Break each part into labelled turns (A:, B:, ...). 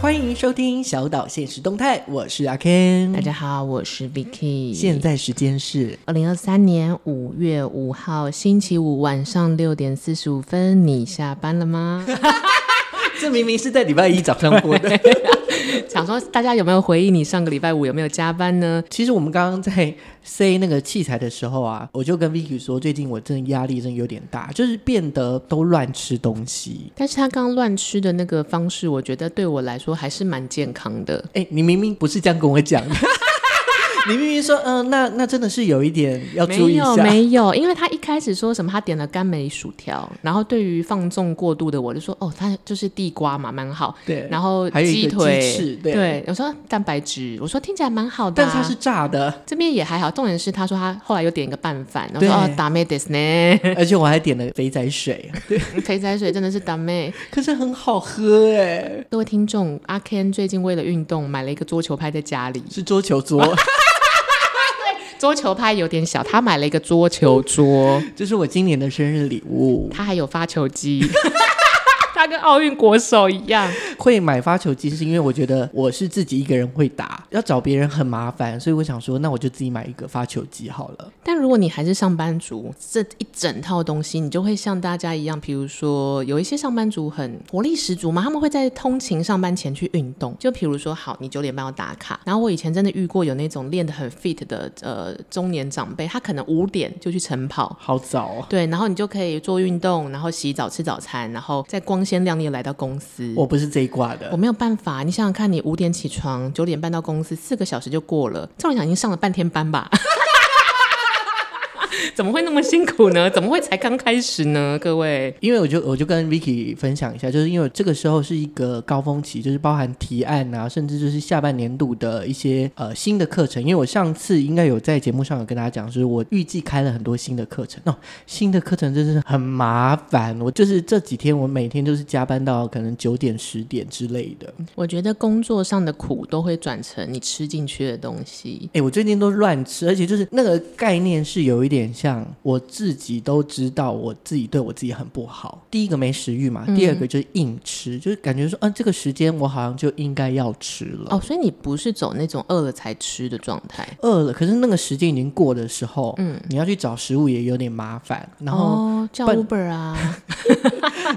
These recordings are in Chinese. A: 欢迎收听小岛现实动态，我是阿 Ken，
B: 大家好，我是 Vicky。
A: 现在时间是
B: 二零二三年五月五号星期五晚上六点四十五分，你下班了 吗？
A: 这明明是在礼拜一早上播的。
B: 想说大家有没有回忆你上个礼拜五有没有加班呢？
A: 其实我们刚刚在塞那个器材的时候啊，我就跟 Vicky 说，最近我真的压力真的有点大，就是变得都乱吃东西。
B: 但是他刚刚乱吃的那个方式，我觉得对我来说还是蛮健康的。
A: 哎、你明明不是这样跟我讲的， 你明明说，嗯、那那真的是有一点要注
B: 没
A: 意一
B: 有
A: 下。
B: 没有，因为他一开始说什么他点了甘梅薯条，然后对于放纵过度的我就说哦，他就是地瓜嘛，蛮好。
A: 对，
B: 然后
A: 还有一
B: 鸡
A: 个
B: 腿，
A: 鸡翅对
B: 我说蛋白质，我说听起来蛮好的、
A: 但
B: 啊，
A: 是它是炸的，
B: 这边也还好，重点是他说他后来又点一个拌饭，然后说
A: 对
B: 哦，打妹 this 呢，
A: 而且我还点了肥仔 水，
B: 肥仔水真的是打妹。
A: 可是很好喝哎、
B: 各位听众，阿 Ken 最近为了运动买了一个桌球拍在家里，
A: 是桌球桌。
B: 桌球拍有点小，他买了一个桌球桌，
A: 这是我今年的生日礼物。
B: 他还有发球机。 他跟奥运国手一样，
A: 会买发球机是因为我觉得我是自己一个人会打，要找别人很麻烦，所以我想说，那我就自己买一个发球机好了。
B: 但如果你还是上班族，这一整套东西，你就会像大家一样，比如说有一些上班族很活力十足嘛，他们会在通勤上班前去运动。就比如说，好，你九点半要打卡，然后我以前真的遇过有那种练得很 fit 的呃中年长辈，他可能五点就去晨跑。
A: 好早、哦，
B: 对，然后你就可以做运动，然后洗澡、吃早餐，然后再光鲜亮丽地来到公司。
A: 我不是这一挂
B: 我
A: 的。
B: 没有办法，你想想看，你五点起床，九点半到公司，四个小时就过了。赵理想已经上了半天班吧？ 怎么会那么辛苦呢？怎么会才刚开始呢？各位，
A: 因为我就我就跟 Vicky 分享一下，就是因为这个时候是一个高峰期，就是包含提案啊，甚至就是下半年度的一些呃新的课程。因为我上次应该有在节目上有跟大家讲，就是我预计开了很多新的课程。哦，新的课程真是很麻烦，我就是这几天我每天都是加班到可能九点十点之类的。
B: 我觉得工作上的苦都会转成你吃进去的东西。
A: 哎、我最近都乱吃，而且就是那个概念是有一点像我自己都知道，我自己对我自己很不好。第一个没食欲嘛，第
B: 嗯
A: 二个就是硬吃，就是感觉说，嗯、这个时间我好像就应该要吃了。
B: 哦，所以你不是走那种饿了才吃的状态。
A: 饿了，可是那个时间已经过的时候，嗯，你要去找食物也有点麻烦。然后，
B: 哦、叫
A: 笨
B: Uber 啊，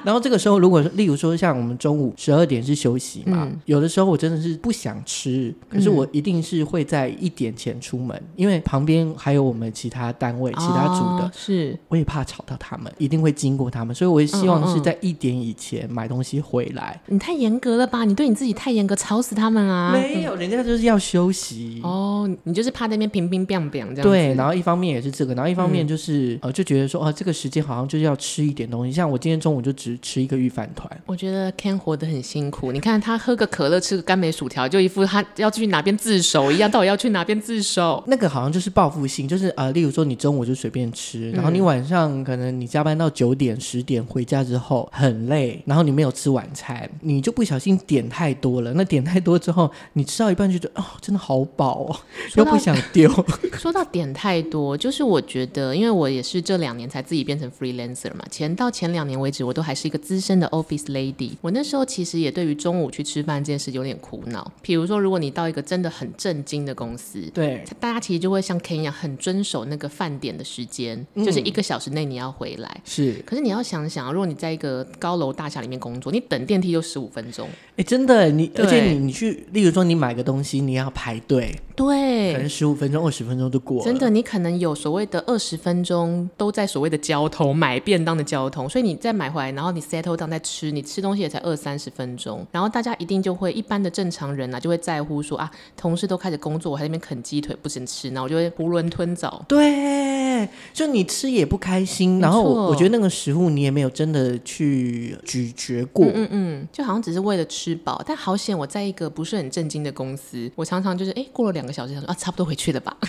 A: 然后这个时候，如果是例如说像我们中午十二点是休息嘛，
B: 嗯
A: 有的时候我真的是不想吃，可是我一定是会在一点前出门，因为旁边还有我们其他单位、其他组的
B: 哦，是
A: 我也怕吵到他们，一定会经过他们，所以我也希望是在一点以前买东西回来。
B: 你太严格了吧？你对你自己太严格，吵死他们啊！
A: 没有，人家就是要休息。
B: 哦，你就是怕那边平平乓乓这样子。
A: 对，然后一方面也是这个，然后一方面就是、呃，就觉得说，哦，这个时间好像就是要吃一点东西。像我今天中午就只吃一个御饭团，
B: 我觉得 Ken 活得很辛苦，你看他喝个可乐，吃个甘梅薯条，就一副他要去哪边自首一样，到底要去哪边自首？
A: 那个好像就是报复性，就是呃，例如说你中午就随便吃，
B: 嗯
A: 然后你晚上可能你加班到九点十点回家之后很累，然后你没有吃晚餐，你就不小心点太多了。那点太多之后，你吃到一半就觉得哦，真的好饱哦，又
B: 说到
A: 不想丢。
B: 说到点太多，就是我觉得，因为我也是这两年才自己变成 freelancer 嘛，前到前两年为止，我都还是一个资深的 office lady。我那时候其实也对于中午去吃饭这件事有点苦恼。比如说，如果你到一个真的很震惊的公司，
A: 对，
B: 大家其实就会像 Ken 一样，很遵守那个饭点的时间，就是一个小时内你要回来。
A: 是，
B: 可是你要想想啊，如果你在一个高楼大厦里面工作，你等电梯就十五分钟，
A: 哎，真的，你而
B: 对
A: 且你你去，例如说你买个东西，你要排队，可
B: 对，
A: 能十五分钟、二十分钟就过了。
B: 真的，你可能有所谓的二十分钟都在所谓的交通买便当的交通，所以你再买回来，然后你 settle down 再吃，你吃东西也才二三十分钟，然后大家一定就会一般的正常人啊，就会在乎说啊，同事都开始工作，我还在那边啃鸡腿不准吃，然后我就会囫囵吞枣。
A: 对，就你吃也不开心，然后我
B: 错
A: 我觉得那个食物你也没有真的去咀嚼过，
B: 嗯嗯，就好像只是为了吃饱，但好险我在一个不是很正经的公司，我常常就是哎、诶过了两个小时，想说啊差不多回去了吧。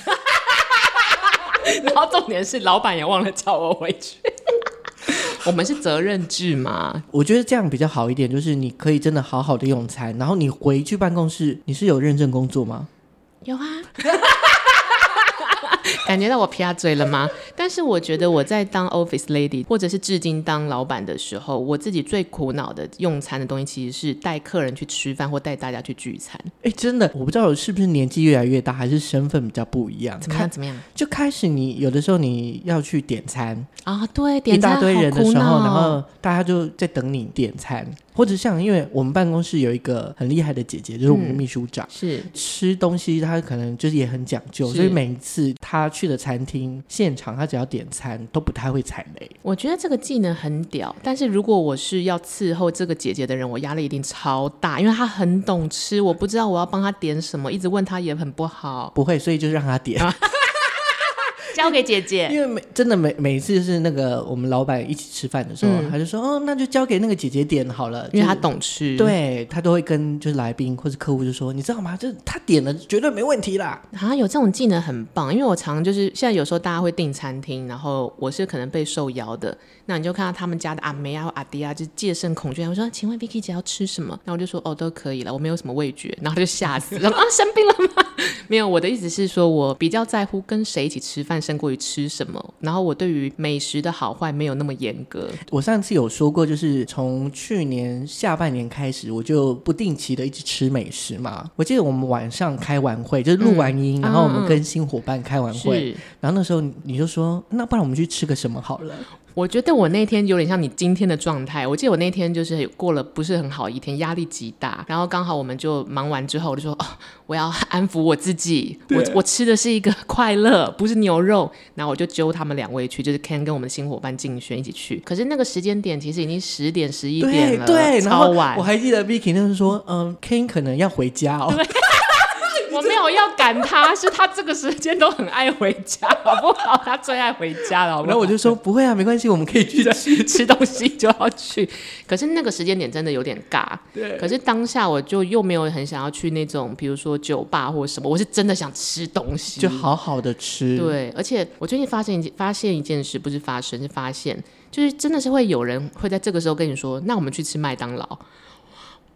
B: 然后重点是老板也忘了叫我回去。我们是责任制嘛，
A: 我觉得这样比较好一点，就是你可以真的好好的用餐，然后你回去办公室，你是有认真工作吗？
B: 有啊。啊 感觉到我撇嘴了吗？但是我觉得我在当 office lady，或者是至今当老板的时候，我自己最苦恼的用餐的东西，其实是带客人去吃饭或带大家去聚餐。
A: 哎，真的，我不知道是不是年纪越来越大，还是身份比较不一样。
B: 怎么
A: 开
B: 样？怎么样？
A: 就开始你有的时候你要去点餐，
B: 啊，对，
A: 一
B: 点餐
A: 大堆人
B: 好
A: 的
B: 苦
A: 时候，然
B: 恼
A: 后大家就在等你点餐，或者像因为我们办公室有一个很厉害的姐姐，就是我们的
B: 嗯
A: 秘书长。
B: 是
A: 吃东西，她可能就是也很讲究，
B: 是
A: 所以每一次她去的餐厅现场，她只要点餐都不太会踩雷。
B: 我觉得这个技能很屌，但是如果我是要伺候这个姐姐的人，我压力一定超大，因为她很懂吃，我不知道我要帮她点什么，一直问她也很不好。
A: 不会，所以就让她点，
B: 交给姐姐，
A: 因为每真的每每一次是那个我们老板一起吃饭的时候，
B: 嗯
A: 他就说哦，那就交给那个姐姐点好了，
B: 因为她
A: 就是
B: 懂吃。，
A: 对他都会跟就是来宾或是客户就说，你知道吗？这他点的绝对没问题啦。
B: 啊，有这种技能很棒，因为我常就是现在有时候大家会订餐厅，然后我是可能被受邀的，那你就看到他们家的阿梅啊、阿迪啊，就戒慎恐惧，然后说：“请问 Vicky 姐要吃什么？”那我就说：“哦，都可以了，我没有什么味觉。”然后就吓死了啊，生病了吗？ 没有，我的意思是说我比较在乎跟谁一起吃饭，胜过于吃什么。然后我对于美食的好坏没有那么严格。
A: 我上次有说过，就是从去年下半年开始，我就不定期的一直吃美食嘛。我记得我们晚上开完会，就是录完音，
B: 嗯
A: 然后我们
B: 嗯
A: 跟新伙伴开完会，
B: 是，
A: 然后那时候你你就说，那不然我们去吃个什么好了？
B: 我觉得我那天有点像你今天的状态。我记得我那天就是有过了不是很好一天，压力极大。然后刚好我们就忙完之后，我就说哦，我要安抚我自己，我我吃的是一个快乐，不是牛肉。然后我就揪他们两位去，就是 Ken 跟我们的新伙伴静轩一起去。可是那个时间点其实已经十点十一点
A: 对
B: 了，
A: 对，然
B: 超
A: 后
B: 晚
A: 我。还记得 Vicky 那时候说，嗯，Ken 可能要回家哦。
B: 我没有要赶他，是他这个时间都很爱回家，好不好？他最爱回家了。好不好
A: 然后我就说不会啊，没关系，我们可以 去吃。
B: 吃东西就要去，可是那个时间点真的有点尬。
A: 对
B: 可是当下我就又没有很想要去那种，比如说酒吧或什么，我是真的想吃东西。
A: 就好好的吃。
B: 对，而且我最近发现一件发现一件事，不是发生是发现，就是真的是会有人会在这个时候跟你说，那我们去吃麦当劳。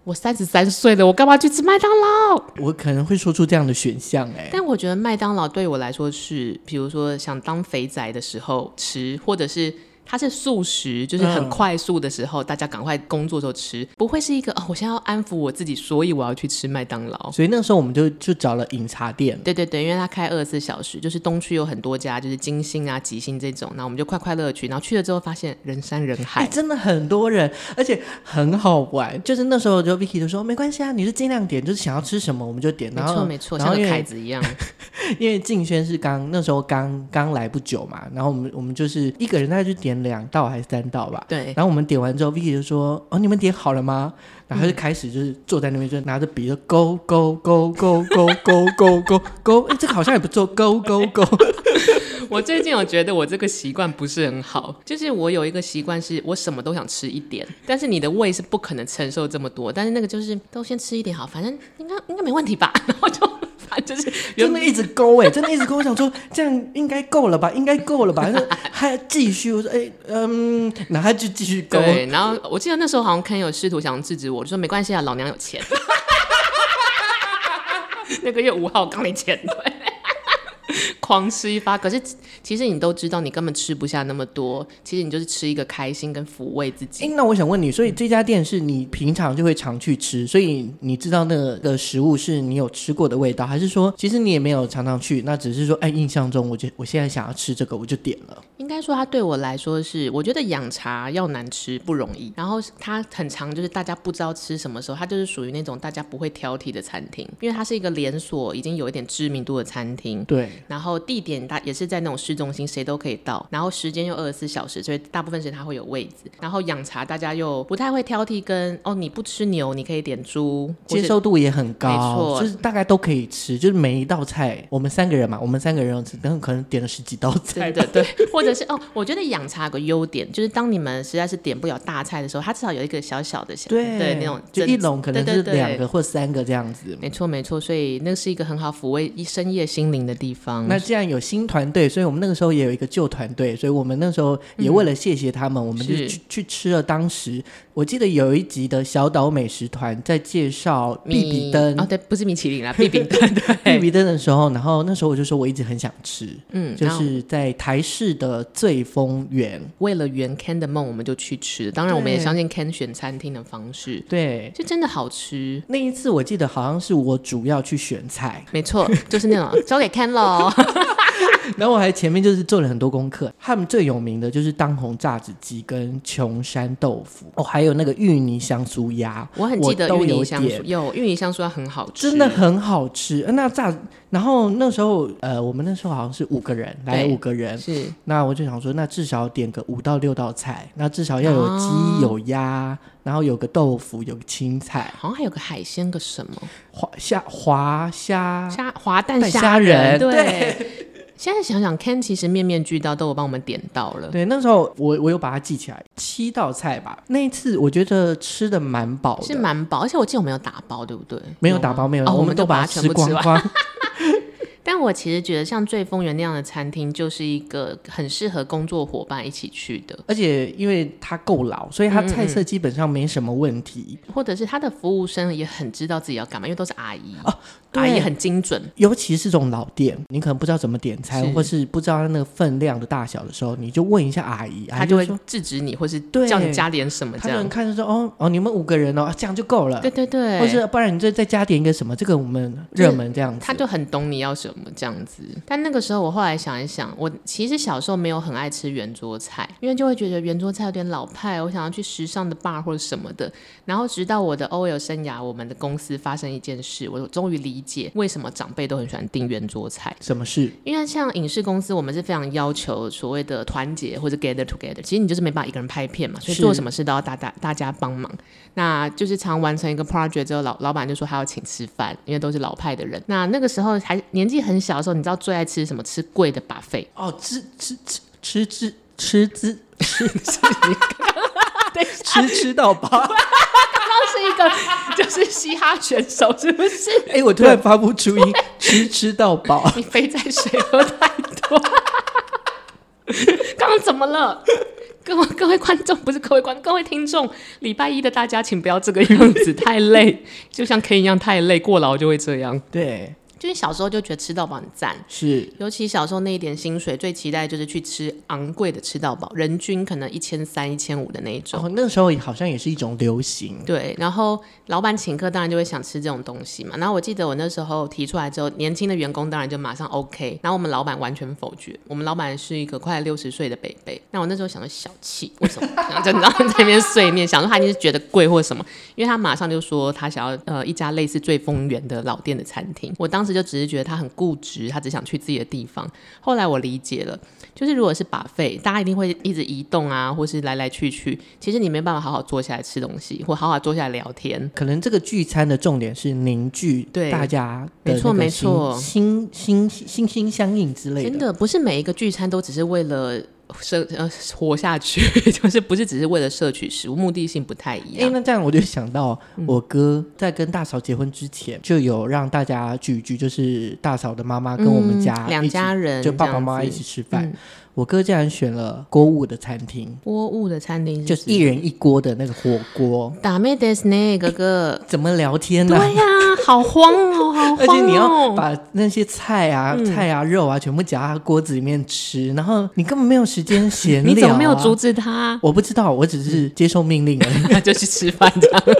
B: 我三十三岁了，我干嘛去吃麦当劳？
A: 我可能会说出这样的选项哎、
B: 但我觉得麦当劳对我来说是，比如说想当肥仔的时候吃，或者是它是素食，就是很
A: 嗯
B: 快速的时候，大家赶快工作的时候吃，不会是一个哦，我现在要安抚我自己，所以我要去吃麦当劳。
A: 所以那时候我们就就找了饮茶店，
B: 对对对，因为它开二十四小时，就是东区有很多家，就是金星啊、吉星这种，那我们就快快乐乐去，然后去了之后发现人山人
A: 哎、
B: 海，
A: 真的很多人，而且很好玩。就是那时候就 Vicky 就说没关系啊，你就尽量点，就是想要吃什么我们就点。
B: 没
A: 然
B: 错
A: 后
B: 没错，
A: 然
B: 像
A: 后
B: 个
A: 因
B: 凯
A: 为
B: 子一样，
A: 因为静轩是刚那时候刚刚来不久嘛，然后我们我们就是一个人大概就点两道还是三道吧。
B: 对。
A: 然后我们点完之后，Vicky 就说：“哦，你们点好了吗？”然后他就开始就是坐在那边，就拿着笔就勾勾勾勾勾勾勾勾勾，哎，这个好像也不错，勾勾勾。
B: 我最近有觉得我这个习惯不是很好，就是我有一个习惯是我什么都想吃一点，但是你的胃是不可能承受这么多，但是那个就是都先吃一点好，反正应该应该没问题吧， 然后就反正就是原
A: 真的一直勾哎、真的一直勾。我想说这样应该够了吧，应该够了吧。然后还继续，我说哎、嗯，然后他就继续勾。
B: 对，然后我记得那时候好像 Ken 有试图想制止我，就说没关系啊，老娘有钱。 那个月五号我刚领钱， 对，狂吃一发。可是其实你都知道，你根本吃不下那么多，其实你就是吃一个开心跟抚慰自己
A: 哎、。那我想问你，所以这家店是你平常就会常去吃，所以你知道那个的食物是你有吃过的味道，还是说其实你也没有常常去，那只是说哎、印象中我就我现在想要吃这个我就点了。
B: 应该说，它对我来说是，我觉得养茶要难吃不容易，然后它很长，就是大家不知道吃什么时候，它就是属于那种大家不会挑剔的餐厅，因为它是一个连锁，已经有一点知名度的餐厅。
A: 对，
B: 然后地点它也是在那种市中心，谁都可以到。然后时间又二十四小时，所以大部分时间它会有位置。然后养茶大家又不太会挑剔跟，哦你不吃牛，你可以点猪，或
A: 接
B: 是
A: 受度也很
B: 没
A: 高，
B: 错
A: 就是大概都可以吃，就是每一道菜，我们三个人嘛，我们三个人有吃，然后可能点了十几道菜
B: 真。的对，或者是哦，我觉得养茶有个优点就是，当你们实在是点不了大菜的时候，它至少有一个小小的小
A: 对
B: 对那种
A: 就
B: 蒸
A: 一笼可能
B: 对
A: 是
B: 对嗯对
A: 两个或三个这样子。
B: 没错没错，所以那是一个很好抚慰一深夜心灵的地方。
A: 那既然有新团队，所以我们那个时候也有一个旧团队，所以我们那时候也为了谢谢他们，我们就是去去吃了当时我记得有一集的小岛美食团在介绍
B: 米
A: 必比登
B: 哦，对，不是米其林啦，必比登，
A: 必
B: 对，
A: 比登的时候，然后那时候我就说我一直很想吃，
B: 嗯，
A: 就
B: 然后
A: 是在台式的醉风园，
B: 为了圆 Ken 的梦，我们就去吃。当然，我们也
A: 对
B: 相信 Ken 选餐厅的方式，
A: 对。
B: 就真的好吃。
A: 那一次我记得好像是我主要去选菜，
B: 没错，就是那种交给 Ken 喽。
A: 然后我还前面就是做了很多功课。他们最有名的就是当红炸子鸡跟琼山豆腐，哦，还有那个芋泥香酥鸭，
B: 我很记得
A: 都
B: 芋泥
A: 有
B: 香酥，
A: 点
B: 有芋泥香酥要很好吃，
A: 真的很好吃。呃那炸，然后那时候呃，我们那时候好像是五个人，来
B: 对
A: 五个人，
B: 是
A: 那我就想说，那至少点个五到六道菜，那至少要有鸡、
B: 哦
A: 有鸭，然后有个豆腐，有个青菜，
B: 好像还有个海鲜个什么
A: 华虾、华虾，
B: 虾滑蛋
A: 蛋
B: 虾
A: 虾仁
B: 对。现在想想，Ken 其实面面俱到，都有帮我们点到了。
A: 对，那时候我我有把它记起来，七道菜吧。那一次我觉得吃的蛮饱的，
B: 是蛮饱，而且我记得我没有打包，对不对？
A: 没有打
B: 吗
A: 包，没有，
B: 哦、
A: 我
B: 我
A: 们
B: 就
A: 都
B: 把
A: 它
B: 全
A: 吃
B: 部
A: 光
B: 完。
A: 光。
B: 但我其实觉得，像醉风园那样的餐厅，就是一个很适合工作伙伴一起去的，
A: 而且因为它够老，所以它
B: 嗯嗯
A: 菜
B: 嗯
A: 色基本上没什么问题。
B: 或者是他的服务生也很知道自己要干嘛，因为都是阿姨，
A: 哦对
B: 阿姨很精准。
A: 尤其是这种老店，你可能不知道怎么点餐，
B: 是
A: 或是不知道它那个分量的大小的时候，你就问一下阿姨，阿
B: 他
A: 姨
B: 就会
A: 说。
B: 制止你，或是
A: 对
B: 叫你加点什么
A: 他
B: 这
A: 就能
B: 样。
A: 看着说，哦哦，你们五个人哦，啊这样就够了。
B: 对对对，
A: 或是啊不然你再再加点一个什么，这个我们热门这样子。
B: 他就很懂你要什么这样子。但那个时候，我后来想一想，我其实小时候没有很爱吃圆桌菜，因为就会觉得圆桌菜有点老派，我想要去时尚的 bar 或者什么的。然后直到我的 OL 生涯，我们的公司发生一件事，我终于理解为什么长辈都很喜欢订圆桌菜。
A: 什么事？
B: 因为像影视公司，我们是非常要求所谓的团结或者 gather together。其实你就是没办法一个人拍片嘛，所以
A: 是
B: 做什么事都要大大大家帮忙。那就是常完成一个 project 之后，老老板就说他要请吃饭，因为都是老派的人。那那个时候还年纪很小的时候，你知道最爱吃什么？吃贵的 buffet。
A: 哦，吃吃吃吃吃吃吃吃吃吃到饱。
B: 刚刚是一个 就是嘻哈选手，是不是？
A: 哎，我突然发不出音，吃吃到饱。
B: 你肥仔水喝太多。刚刚怎么了？各位各位观众不是各位观各位听众，礼拜一的大家请不要这个样子，太累，就像 K 一样太累，过劳就会这样。
A: 对，
B: 就是小时候就觉得吃到饱很赞，
A: 是
B: 尤其小时候那一点薪水，最期待就是去吃昂贵的吃到饱，人均可能一千三、一千五的那一种。
A: 哦，那时候好像也是一种流行。
B: 对，然后老板请客，当然就会想吃这种东西嘛。然后我记得我那时候提出来之后，年轻的员工当然就马上 OK，然后我们老板完全否决。我们老板是一个快六十岁的北北，那我那时候想说小气，为什么？ 然后就然后在那边碎念，想说他一定是觉得贵或什么，因为他马上就说他想要呃一家类似醉风园的老店的餐厅。我当时就只是觉得他很固执，他只想去自己的地方。后来我理解了。就是如果是把费，大家一定会一直移动啊，或是来来去去。其实你没办法好好坐下来吃东西，或好好坐下来聊天。
A: 可能这个聚餐的重点是凝聚
B: 对
A: 大家的
B: 没错
A: 那个
B: 没错
A: 心心心心心相印之类
B: 真
A: 的。
B: 的不是每一个聚餐都只是为了生呃活下去， 就是不是只是为了摄取食物，目的性不太一
A: 哎、
B: 样。嗯
A: 那这样我就想到，我哥在跟大嫂结婚之前，就有让大家聚一聚，就是大嫂的妈妈跟我们家
B: 嗯
A: 一起
B: 两家人
A: 就爸
B: 这
A: 爸
B: 样
A: 妈妈一
B: 子
A: 起吃饭。
B: 嗯
A: 我哥竟然选了锅物的餐厅，
B: 锅物的餐厅
A: 就是
B: 是
A: 一人一锅的那个火锅，
B: 打妹 des 呢，哥 哥。
A: 怎么聊天呢、
B: 对呀、好慌哦，好
A: 而且
B: 慌
A: 你要
B: 哦！
A: 把那些菜啊、
B: 嗯
A: 菜啊、肉啊，全部夹到锅子里面吃，然后你根本没有时间闲聊、啊。
B: 你怎么没有阻？止 他？
A: 我不知道，我只是接受命令而已。
B: 就去吃饭这样子，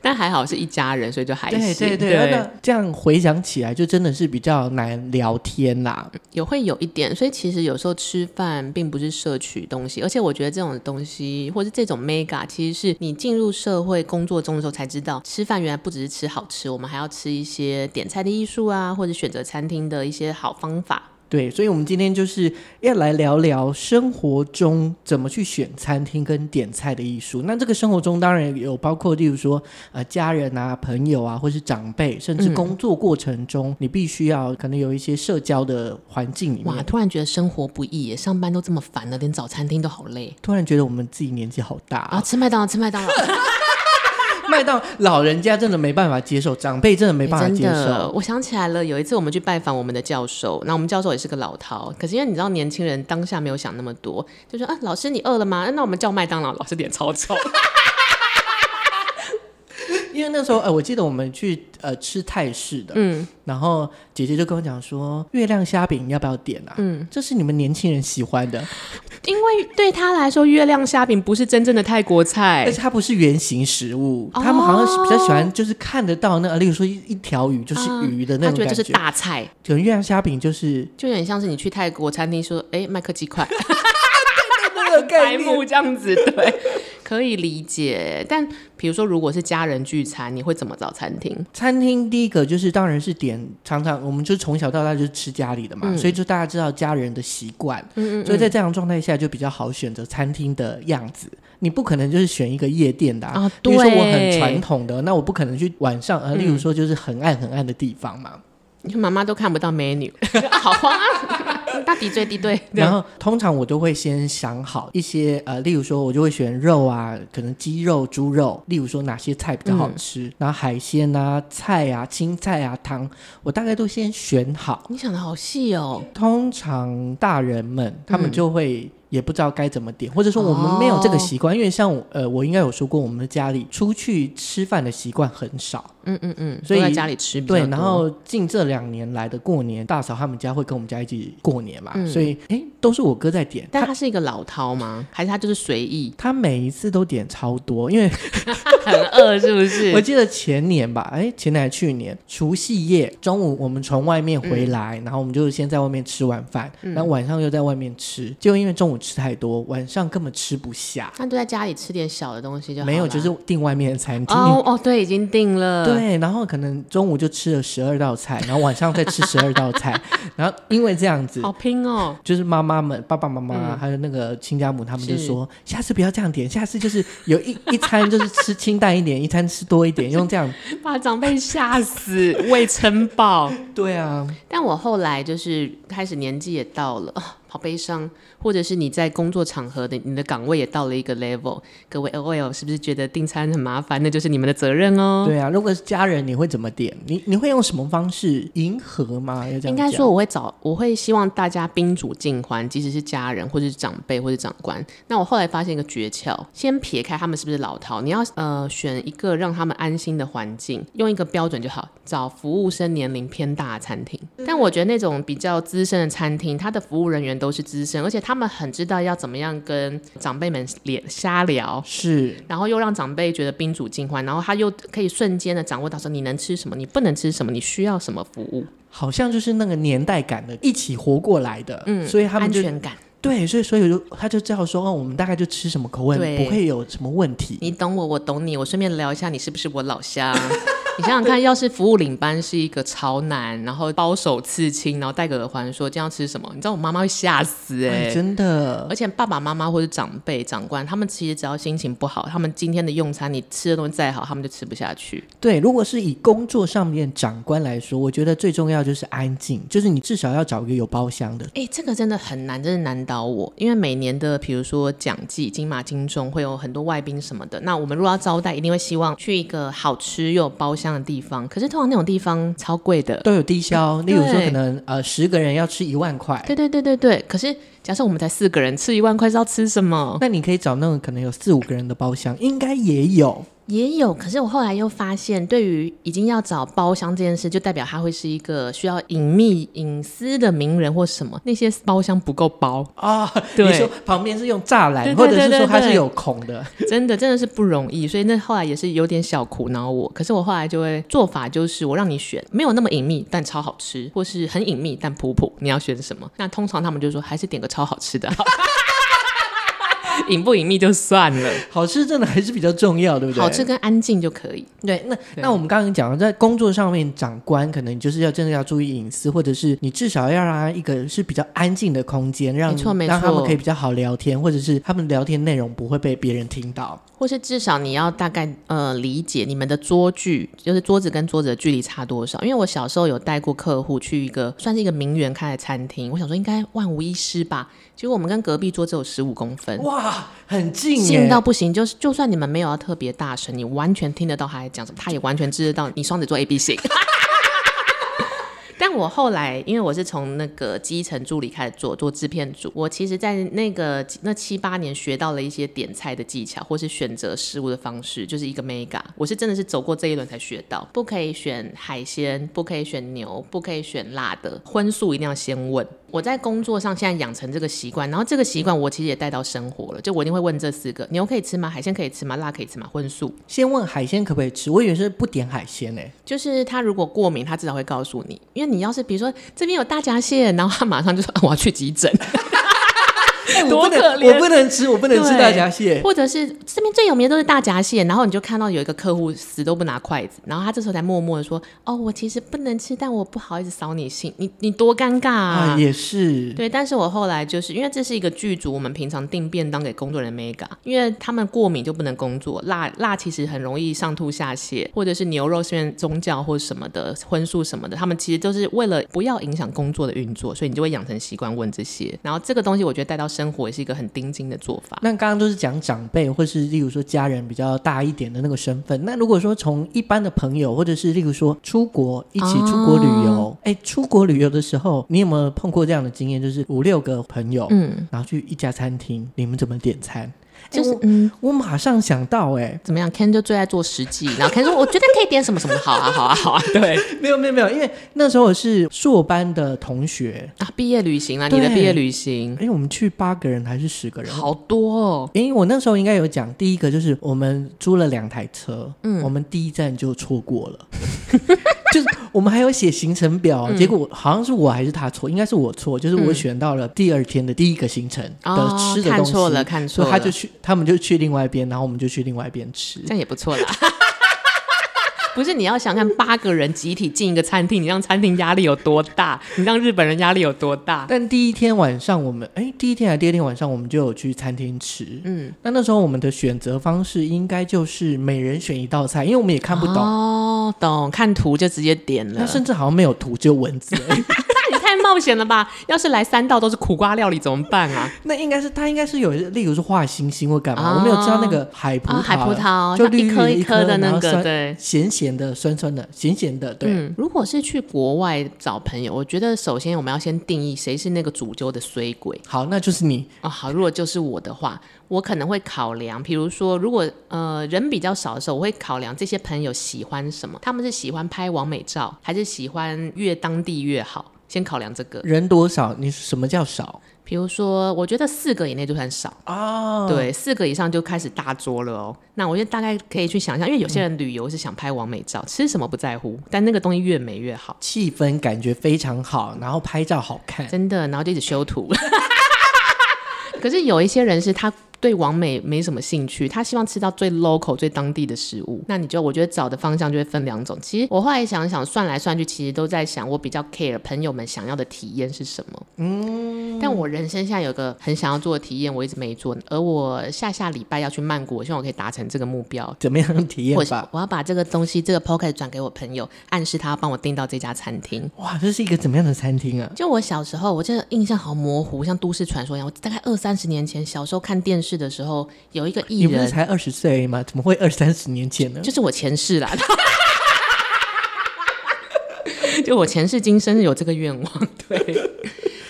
B: 但还好是一家人，所以就还行。
A: 对对对，那这样回想起来，就真的是比较难聊天啦。
B: 也会有一点，所以其实有时候吃饭并不是摄取东西，而且我觉得这种东西或是这种 mega，其实是你进入社会工作中的时候才知道，吃饭原来不只是吃好吃，我们还要吃一些点菜的艺术啊，或者选择餐厅的一些好方法。
A: 对，所以我们今天就是要来聊聊生活中怎么去选餐厅跟点菜的艺术。那这个生活中当然有包括，例如说呃家人啊、朋友啊，或是长辈，甚至
B: 嗯
A: 工作过程中，你必须要可能有一些社交的环境里
B: 哇，
A: 面。
B: 突然觉得生活不易耶，上班都这么烦了，连找餐厅都好累。哦啊
A: 突然觉得我们自己年纪好大、
B: 啊，吃麦当劳，吃麦当劳，
A: 卖到老人家真的没办法接受，长辈真的没办法
B: 哎真
A: 接
B: 的，
A: 受。
B: 我想起来了，有一次我们去拜访我们的教授，那我们教授也是个老饕，可是因为你知道年轻人当下没有想那么多，就说啊，老师你饿了吗？啊那我们叫麦当劳，老师脸 超臭。
A: 因为那时候，呃，我记得我们去呃吃泰式的，
B: 嗯
A: 然后姐姐就跟我讲说，月亮虾饼要不要点啊？
B: 嗯，
A: 这是你们年轻人喜欢的，
B: 因为对他来说，月亮虾饼不是真正的泰国菜
A: 而，且它不是圆形食物，
B: 哦
A: 他们好像是比较喜欢就是看得到那，例如说一一条鱼就是
B: 啊
A: 鱼的那种
B: 他觉
A: 感
B: 得这是大菜，
A: 可能月亮虾饼就是
B: 就有点像是你去泰国餐厅说，哎，麦克 鸡块。
A: 那个
B: 白
A: 概念。
B: 目这样子，对，可以理解。但比如说，如果是家人聚餐，你会怎么找餐厅？
A: 餐厅第一个就是当然是点，常常我们就从小到大就是吃家里的嘛，
B: 嗯
A: 所以就大家知道家人的习惯，
B: 嗯
A: 所以在这样的状态下就比较好选择餐厅的样子。你不可能就是选一个夜店的啊
B: 啊，
A: 比
B: 对，嗯
A: 如说我很传，统的，那我不可能去晚上，呃，例如说就是很暗很暗的地方嘛。
B: 你看妈妈都看不到美女，啊好慌啊！大敌对敌对，
A: 然后通常我都会先想好一些，呃，例如说我就会选肉啊，可能鸡肉、猪肉，例如说哪些菜比较
B: 嗯
A: 好吃，然后海鲜啊、菜啊、青菜啊、汤，我大概都先选好。
B: 你想的好细哦。
A: 通常大人们
B: 嗯
A: 他们就会。也不知道该怎么点，或者说我们没有这个习惯，因为
B: 哦
A: 像我呃，我应该有说过，我们家里出去吃饭的习惯很少，
B: 嗯嗯嗯，
A: 所以
B: 都在家里吃比较
A: 对，
B: 多
A: 然后近这两年来的过年，大嫂他们家会跟我们家一起过年嘛，
B: 嗯
A: 所以诶都是我哥在点，
B: 但
A: 他？
B: 他是一个老饕吗？还是他就是随意
A: 他每一次都点超多，因为
B: 他很饿是不
A: 我
B: 是？
A: 记得前年吧，诶，前年还去年除夕夜中午我们从外面回
B: 嗯
A: 来，然后我们就先在外面吃晚饭，然后晚上又在外面吃，就因为中午吃太多，晚上根本吃不下，
B: 那就在家里吃点小的东西就好
A: 没有
B: 啦
A: 就是订外面的餐厅。
B: 哦哦，对，已经定了。，
A: 对，然后可能中午就吃了十二道 菜，然后晚上再吃十二道菜，然后因为这样子，
B: 好嗯拼哦。
A: 就是妈妈们、爸爸妈妈、还有那个亲家母，他们就是说，下次不要这样点，下次就是有一一餐就是吃清淡一点，一餐吃多一点，用这 样。
B: 把长辈吓 死，胃撑爆。
A: 对啊，
B: 但我后来就是开始年纪也到了，啊好悲伤。或者是你在工作场合的你的岗位也到了一个 level，各位 OL 是不是觉得订餐很麻烦？那就是你们的责任哦。
A: 对啊。如果是家人，你会怎么点？你你会用什么方式迎合吗？要这样
B: 应该
A: 讲
B: 说，我会找，我会希望大家宾主尽欢，即使是家人或者是长辈或者长官。那我后来发现一个诀窍，先撇开他们是不是老饕，你要呃选一个让他们安心的环境，用一个标准就好，找服务生年龄偏大的餐厅。
A: 嗯
B: 但我觉得那种比较资深的餐厅，他的服务人员都是资深，而且他们很知道要怎么样跟长辈们脸瞎聊，
A: 是
B: 然后又让长辈觉得宾主尽欢，然后他又可以瞬间的掌握到说你能吃什么，你不能吃什么，你需要什么服务，
A: 好像就是那个年代感的，一起活过来的，嗯，所以他们
B: 安
A: 就
B: 全感。
A: 对，所以所以就他就知道说，哦，我们大概就吃什么口味，
B: 对
A: 不会有什么问题。哎
B: 你懂我，我懂你。我顺便聊一下，你是不是我老 乡？你想想看，要是服务领班是一个潮男，然后包手刺青，然后戴个耳环，说今天要吃什么，你知道我妈妈会吓死哎、
A: 哎，真的
B: 而且爸爸妈妈或者长辈、长官，他们其实只要心情不好，他们今天的用餐，你吃的东西再好，他们就吃不下去。
A: 对，如果是以工作上面长官来说，我觉得最重要就是安静，就是你至少要找一个有包厢的。
B: 哎、这个真的很难，真的难倒我。因为每年的，比如说奖季、金马、金钟，会有很多外宾什么的。那我们如果要招待，一定会希望去一个好吃又有包厢的地方。可是通常那种地方超贵的，
A: 都有低消，例
B: 对
A: 如说可能呃十个人要吃一万块，
B: 对对对对对，可是假设我们才四个人，吃一万块是要吃什么？
A: 那你可以找那种可能有四五个人的包厢，应该也有。
B: 也有，可是我后来又发现，对于已经要找包厢这件事，就代表他会是一个需要隐秘、隐私的名人或什么，那些包厢不够包，
A: 啊、
B: 对
A: 你说旁边是用栅栏，
B: 对对
A: 或者是
B: 对对
A: 说它
B: 对
A: 是有孔的，
B: 真的真的是不容易，所以那后来也是有点小苦恼我。可是我后来就会做法就是，我让你选，没有那么隐秘但超好吃，或是很隐秘但普普，你要选什么？那通常他们就说还是点个超好吃的好，隐不隐秘就算了。
A: 好吃真的还是比较重要，对不对？
B: 好吃跟安静就可以。
A: 对，那那我们刚刚讲了，在工作上面，长官可能你就是要真的要注意隐私，或者是你至少要让他一个是比较安静的空间，让
B: 没错没错
A: 让他们可以比较好聊天，或者是他们聊天内容不会被别人听到。
B: 或是至少你要大概呃理解你们的桌距，就是桌子跟桌子的距离差多少。因为我小时候有带过客户去一个算是一个名媛开的餐厅，我想说应该万无一失吧，结果我们跟隔壁桌只有十五公分，
A: 哇，哇，很近耶，
B: 近到不行，就是就算你们没有要特别大声，你完全听得到他在讲什么，他也完全知道你双子座 A B 型。但我后来，因为我是从那个基层助理开始做，做制片组。我其实，在那个那七八年学到了一些点菜的技巧，或是选择食物的方式，就是一个 mega。我是真的是走过这一轮才学到，不可以选海鲜，不可以选牛，不可以选辣的，荤素一定要先问。我在工作上现在养成这个习惯，然后这个习惯我其实也带到生活了，就我一定会问这四个：牛可以吃吗？海鲜可以吃吗？辣可以吃吗？荤素。
A: 先问海鲜可不可以吃，我以为是不点海鲜呢、
B: 就是他如果过敏，他至少会告诉你，因为你要是比如说这边有大闸蟹，然后他马上就说、啊我要去急诊，
A: 哎我
B: 多
A: 不能
B: 可怜
A: 我不能吃，我不能吃
B: 对
A: 大闸蟹。
B: 或者是这边最有名的都是大闸蟹，然后你就看到有一个客户死都不拿筷子，然后他这时候才默默的说，哦，我其实不能吃，但我不好意思扫你兴，你你多尴尬啊！
A: 啊，也是，
B: 对，但是我后来就是因为这是一个剧组，我们平常订便当给工作人员 mega，因为他们过敏就不能工作，辣辣其实很容易上吐下泻，或者是牛肉是因为宗教或什么的荤素什么的，他们其实都是为了不要影响工作的运作，所以你就会养成习惯问这些。然后这个东西我觉得带到生活也是一个很钉钉的做法。
A: 那刚刚都是讲长辈，或是例如说家人比较大一点的那个身份。那如果说从一般的朋友，或者是例如说出国一起出国旅
B: 哦
A: 游，哎、出国旅游的时候，你有没有碰过这样的经验？就是五六个朋友，
B: 嗯，
A: 然后去一家餐厅，你们怎么点餐？
B: 就
A: 哎
B: 是
A: 我
B: 嗯。
A: 我马上想到、
B: 怎么样？Ken 就最爱做实际，然后 Ken 说：“我觉得可以点什么什么，好啊，好啊，好啊。对”
A: 哎，没有没有没有，因为那时候我是硕班的同学，
B: 啊，毕业旅行啊，你的
A: 对
B: 毕业旅行
A: 哎、我们去八个人还是十个人？
B: 好多哦，
A: 因为我那时候应该有讲，第一个就是我们租了两台车，嗯，我们第一站就错过了， 就是我们还有写行程表，
B: 嗯
A: 结果好像是我还是他错，应该是我错，就是我选到了第二天的第一个行程的
B: 哦
A: 吃的
B: 看
A: 东西，
B: 错了，看错
A: 所以
B: 了，
A: 他就去，他们就去另外一边，然后我们就去另外一边吃
B: 这。样也不错啦。 不是你要想看八个人集体进一个餐厅，你让餐厅压力有多大？你让日本人压力有多大？
A: 但第一天晚上我们，哎，第一天还是第二天晚上我们就有去餐厅吃，
B: 嗯，
A: 那那时候我们的选择方式应该就是每人选一道菜，因为我们也看不懂，
B: 哦，懂，看图就直接点了
A: 那。甚至好像没有图，只有文字而已。
B: 那也太冒险了吧！要是来三道都是苦瓜料理怎么办啊？
A: 那应该是他应该是有，例如是画星星或干嘛，
B: 啊
A: 我没有知道那个海 葡萄，
B: 啊，海葡萄，
A: 就
B: 像
A: 绿绿
B: 一颗
A: 一
B: 颗的
A: 然
B: 那
A: 后
B: 个，
A: 酸
B: 对。
A: 咸咸的、酸酸的、咸咸的，对，
B: 嗯，如果是去国外找朋友，我觉得首先我们要先定义谁是那个主揪的衰鬼。
A: 好，那就是你
B: 哦，好，如果就是我的话，我可能会考量，比如说，如果呃人比较少的时候，我会考量这些朋友喜欢什么，他们是喜欢拍完美照，还是喜欢越当地越好，先考量这个。
A: 人多少，你什么叫少
B: 比如说，我觉得四个以内就算少，
A: 啊？
B: 对，四个以上就开始大桌了哦。那我觉得大概可以去想象，因为有些人旅游是想拍完美照，吃什么不在乎，但那个东西越美越好，
A: 气氛感觉非常好，然后拍照好看，
B: 真的，然后就一直修图。 可是有一些人是他对完美没什么兴趣，他希望吃到最 local、最当地的食物。那你就我觉得找的方向就会分两种。其实我后来想想，算来算去，其实都在想我比较 care 朋友们想要的体验是什么。嗯，但我人生现在有个很想要做的体验，我一直没做，而我下下礼拜要去曼谷，我希望我可以达成这个目标。
A: 怎么样体
B: 我
A: 验吧？
B: 我要把这个东西，这个 pocket 转给我朋友，暗示他帮我订到这家餐厅。
A: 哇，这是一个怎么样的餐厅啊？
B: 就我小时候，我这个印象好模糊，像都市传说一样。我大概二三十年前，小时候看电视的时候，有一个艺
A: 你不是
B: 人，
A: 才二十岁吗？怎么会二三十年前呢？
B: 就是我前世啦。 就我前世今生有这个愿望，对。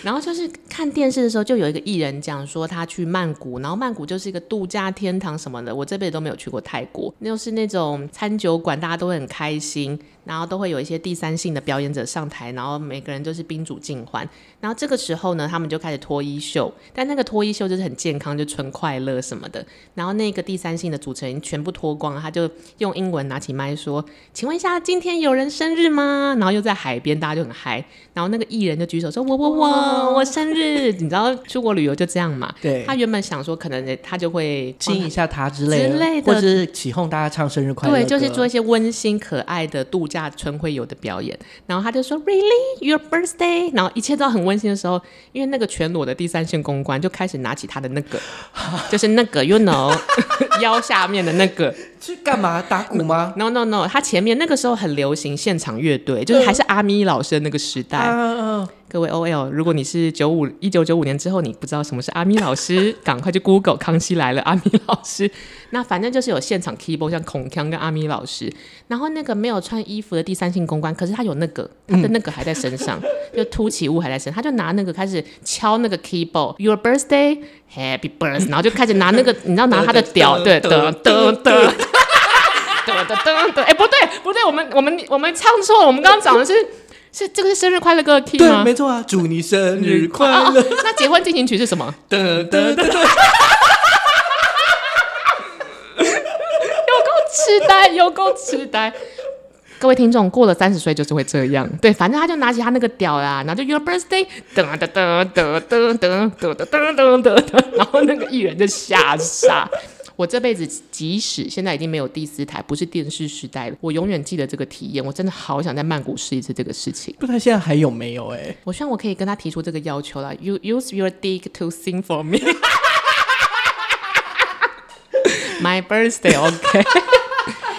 B: 然后就是看电视的时候，就有一个艺人讲说他去曼谷，然后曼谷就是一个度假天堂什么的。我这辈子都没有去过泰国，就是那种餐酒馆，大家都会很开心，然后都会有一些第三性的表演者上台，然后每个人就是宾主尽欢。然后这个时候呢，他们就开始脱衣秀，但那个脱衣秀就是很健康，就纯快乐什么的。然后那个第三性的主持人全部脱光了，他就用英文拿起麦说：“请问一下，今天有人生日吗？”然后又在海边，大家就很嗨。然后那个艺人就举手说：“我我我，我生日！” 你知道出国旅游就这样嘛？
A: 对
B: 他原本想说，可能他就会
A: 亲一下他之类的，
B: 之类的
A: 或者是起哄大家唱生日快乐歌，
B: 对，就是做一些温馨可爱的度假村会有的表演。然后他就说，Really your birthday？然后一切都很温馨的时候，因为那个全裸的第三 线 公关就开始拿起他的那个，就是那个 you know 腰下面的那个，
A: 去干嘛？打鼓吗？
B: No No No，他前面那个时候很流行现场乐队，就是还是阿咪老师的那个时代。
A: 啊，
B: 各位 OL，如果你是九五一九九五年之后，你不知道什么是阿咪老师，赶快去 Google《康熙来了》阿咪老师。那反正就是有现场 keyboard，像孔锵跟阿咪老师。然后那个没有穿衣服的第三性公关，可是他有那个，他的那个还在身上，就凸起物还在身上，他就拿那个开始敲那个 keyboard，Your birthday。Happy birthday，然后就开始拿那个，你知道拿他的屌，对，噔噔噔，噔噔噔噔，哎，不对不对，我们我们我们唱错了，我们刚刚讲的是是这个是生日快乐歌的 key
A: 对，
B: 吗？
A: 没错啊，祝你生日快
B: 哦
A: 乐！
B: 哦那结婚进行曲是什么？
A: 噔噔噔噔，
B: 有够痴呆，有够痴呆。各位听众，过了三十岁就是会这样，对，反正他就拿起他那个屌啦，然后就 Your birthday，噔噔噔噔噔噔噔噔噔噔噔噔，然后那个艺人就吓傻。我这辈子即使现在已经没有第四台，不是电视时代了，我永远记得这个体验。我真的好想在曼谷试一次这个事情。
A: 不知道现在还有没有？哎，
B: 我希望我可以跟他提出这个要求啦。You use your dick to sing for me. My birthday, OK 。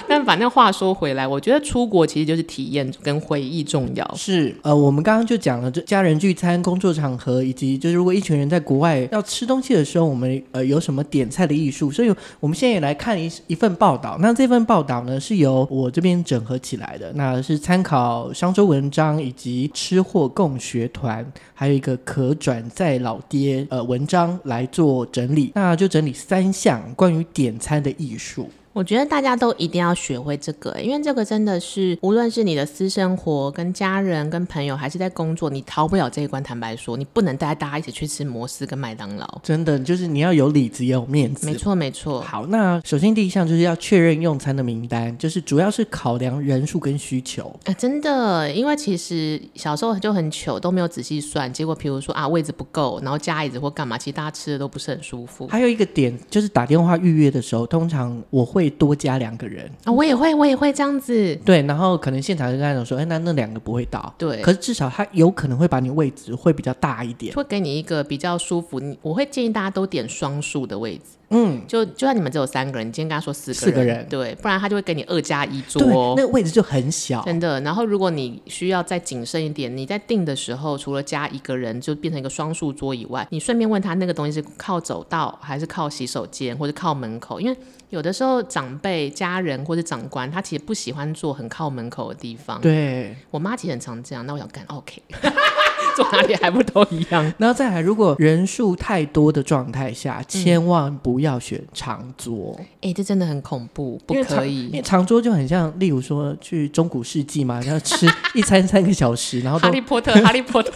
B: 但反正话说回来，我觉得出国其实就是体验跟回忆重要。
A: 是呃，我们刚刚就讲了，这家人聚餐、工作场合，以及就是如果一群人在国外要吃东西的时候，我们呃有什么点菜的艺术。所以我们现在也来看一一份报道。那这份报道呢，是由我这边整合起来的，那是参考商周文章以及吃货共学团，还有一个可转载老爹呃文章来做整理。那就整理三项关于点餐的艺术。
B: 我觉得大家都一定要学会这个，因为这个真的是，无论是你的私生活、跟家人、跟朋友，还是在工作，你逃不了这一关。坦白说，你不能带大家一起去吃摩斯跟麦当劳。
A: 真的就是你要有里子，也有面子
B: 没，错，没错。
A: 好，那首先第一项就是要确认用餐的名单，就是主要是考量人数跟需求。
B: 啊，真的，因为其实小时候就很糗，都没有仔细算，结果比如说啊位置不够，然后加椅子或干嘛，其实大家吃的都不是很舒服。
A: 还有一个点就是打电话预约的时候，通常我会多加两个人，
B: 啊，我也会，我也会这样子。
A: 对，然后可能现场就跟他讲说，哎，那那两个不会到，
B: 对
A: 可是至少他有可能会把你位置会比较大一点，
B: 会给你一个比较舒服，你我会建议大家都点双数的位置，
A: 嗯，
B: 就就算你们只有三个人，你今天跟他说四个人，
A: 四个人
B: 对，不然他就会给你二加一桌
A: 对，
B: 哦、
A: 那个位置就很小，
B: 真的。然后如果你需要再谨慎一点，你在订的时候，除了加一个人就变成一个双数桌以外，你顺便问他那个东西是靠走道还是靠洗手间或者靠门口，因为有的时候长辈、家人或者长官他其实不喜欢坐很靠门口的地方。
A: 对。
B: 我妈其实很常这样，那我想干 OK，坐哪里还不都一样？
A: 然后再来，如果人数太多的状态
B: 嗯
A: 下，千万不要选长桌，
B: 哎、这真的很恐怖，不
A: 因为
B: 可
A: 长 因为
B: 以。
A: 长桌就很像，例如说去中古世纪嘛， 然后吃一餐三个小时，然后
B: 哈
A: 都
B: 利波特，哈利波 特，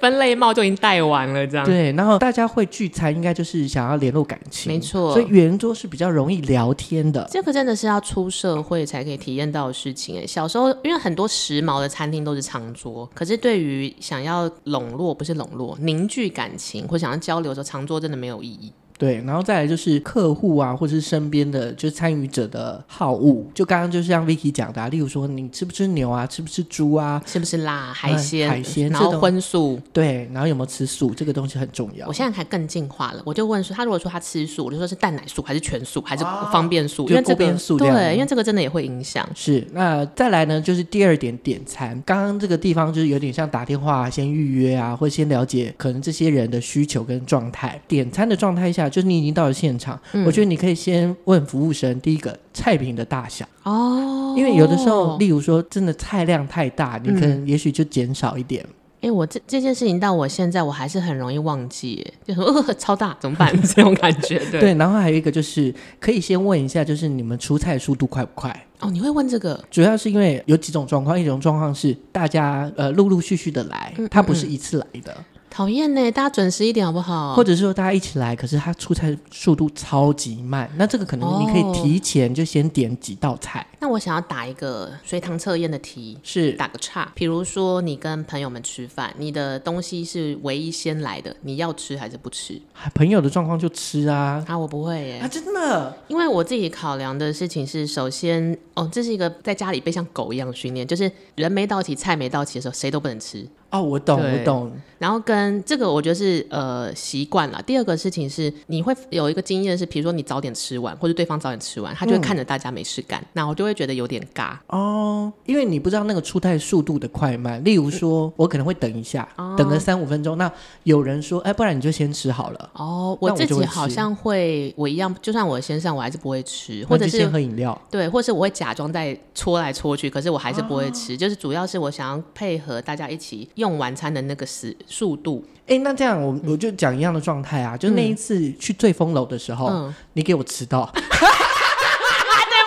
B: 分类帽就已经戴完了，这样。
A: 对，然后大家会聚餐，应该就是想要联络感情，
B: 没错
A: 所以圆桌是比较容易聊天的。
B: 这个真的是要出社会才可以体验到的事情哎。小时候，因为很多时髦的餐厅都是长桌，可是对于想要笼络，不是笼络，凝聚感情或想要交流的时候，长桌真的没有意义。
A: 对，然后再来就是客户啊，或者是身边的就是参与者的好恶，就刚刚就像 Vicky 讲的、啊，例如说你吃不吃牛啊，吃不吃猪啊，
B: 是不是啦？海鲜、
A: 海鲜这
B: 然后
A: 种啊
B: 荤素。
A: 对，然后有没有吃素，这个东西很重要
B: 我。现在还更进化了，我就问说，他如果说他吃素，我就说是蛋奶素还是全素还是方便素？
A: 啊就
B: 因为这
A: 锅
B: 个
A: 边素这样
B: 对，因为这个真的也会影响。
A: 是，那再来呢，就是第二点点餐。刚刚这个地方就是有点像打电话、先预约啊，或先了解可能这些人的需求跟状态。点餐的状态下，就是你已经到了现场，我觉得你可以先问服务生第一个菜品的大小，
B: 哦
A: 因为有的时候，例如说真的菜量太大，你可能也许就减少一点。
B: 哎、我这这件事情到我现在我还是很容易忘记耶，就很、呃、超大怎么办 这种感觉。对
A: 对，然后还有一个就是可以先问一下，就是你们出菜速度快不快？
B: 哦，你会问这个？
A: 主要是因为有几种状况，一种状况是大家呃陆陆续续的来，它不是一次来的。
B: 讨厌呢，大家准时一点好不好？
A: 或者是说大家一起来，可是他出菜速度超级慢，那这个可能你可以
B: 哦
A: 提前就先点几道菜，
B: 那我想要打一个随堂测验的题，
A: 是
B: 打个岔。比如说你跟朋友们吃饭，你的东西是唯一先来的，你要吃还是不吃？
A: 朋友的状况就吃啊
B: 啊，我不会耶
A: 啊，，真的
B: 因为我自己考量的事情是，首先哦，这是一个在家里被像狗一样训练，就是人没到齐，菜没到齐的时候，谁都不能吃。
A: 哦，我懂，
B: 对
A: 我懂，
B: 然后跟这个我觉得是呃习惯啦。第二个事情是你会有一个经验是，比如说你早点吃完，或者对方早点吃完，他就会
A: 嗯
B: 看着大家没事干，那我就会觉得有点尬。
A: 哦，因为你不知道那个出菜速度的快慢。例如说，我可能会等一下，
B: 哦
A: 等个三五分钟。那有人说，哎，不然你就先吃好了，
B: 哦，
A: 那我
B: 我自
A: 就
B: 己
A: 会
B: 好
A: 吃
B: 像会，我一样，就算我先上，我还是不会吃，
A: 那
B: 或
A: 你
B: 者
A: 就是先喝饮料。
B: 对，或是我会假装在搓来搓去，可是我还是不会
A: 哦
B: 吃。就是主要是我想要配合大家一起用晚餐的那个时速 度。
A: 哎，那这样我我就讲一样的状态啊，就是那一次去醉风楼的时候，
B: 嗯，
A: 你给我迟到，
B: 对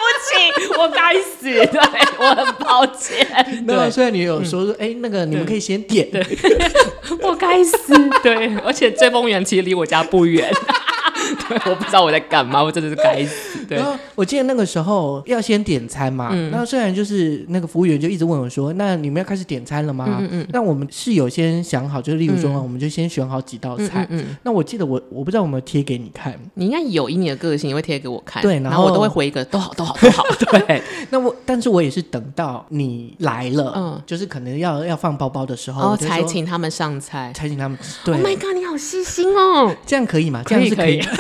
B: 不起，我该死，对我很抱 歉，
A: 那
B: 对，嗯
A: 虽然你有说说，哎，那个你们可以先点，
B: 我该死，对，而且追风园其实离我家不远。 对，我不知道我在干嘛，我真的是该死。对嗯
A: 然，后我记得那个时候要先点餐嘛，然后虽然就是那个服务员就一直问我说：“那你们要开始点餐了吗？”
B: 嗯嗯
A: 那我们是有先想好，就是例如说，哦
B: 嗯
A: 我们就先选好几道
B: 嗯
A: 菜。
B: 嗯嗯，
A: 那我记得我我不知道有没有贴给你 看，
B: 你应该有以你的个性，你会贴给我看，
A: 对然
B: 然我
A: 后
B: 都会回一个都好，都好，都好。对，
A: 那我但是我也是等到你来了，
B: 嗯
A: 就是可能要要放包包的时候，
B: 然后
A: 我就说
B: 哦才请他们上菜。
A: 才请他们，对
B: Oh my god，你好细心哦！
A: 这样可以吗？这样是
B: 可以可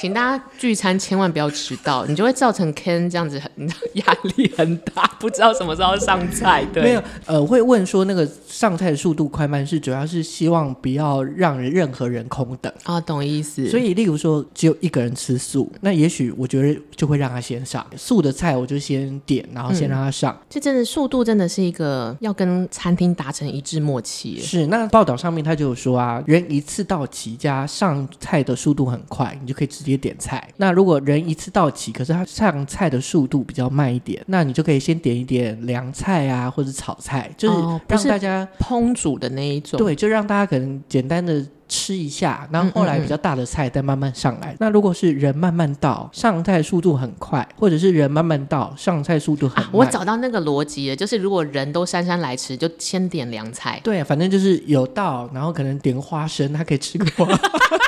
B: 请大家聚餐千万不要迟到，你就会造成 Ken 这样子很 压力很大，不知道什么时候上菜。对，
A: 没有，呃，会问说那个上菜的速度快慢是主要是希望不要让人任何人空等。
B: 啊、懂意思。
A: 所
B: 以
A: 以，例如说，只有一个人吃素，那也许我觉得就会让他先上素的菜，我就先点，然后先让他上。
B: 这真的速度真的是一个要跟餐厅达成一致默契耶。
A: 是，那报道上面他就有说啊，人一次到齐加上菜的速度很快，你就可以直接点菜。那如果人一次到齐，可是他上菜的速度比较慢一点，那你就可以先点一点凉菜啊，或者炒菜，就是
B: 哦不
A: 让
B: 是
A: 大家、
B: 烹煮的那一种，，
A: 对，就让大家可能简单的吃一下，然后后
B: 嗯
A: 来比较大的菜再慢慢上来。那如果是人慢慢到，上菜速度很快，或者是人慢慢到，上菜速度很
B: 啊
A: 慢，，，
B: 我找到那个逻辑了，就是如果人都姗姗来迟，就先点凉菜
A: 对，啊反正就是有到，然后可能点个花生，他可以吃个花，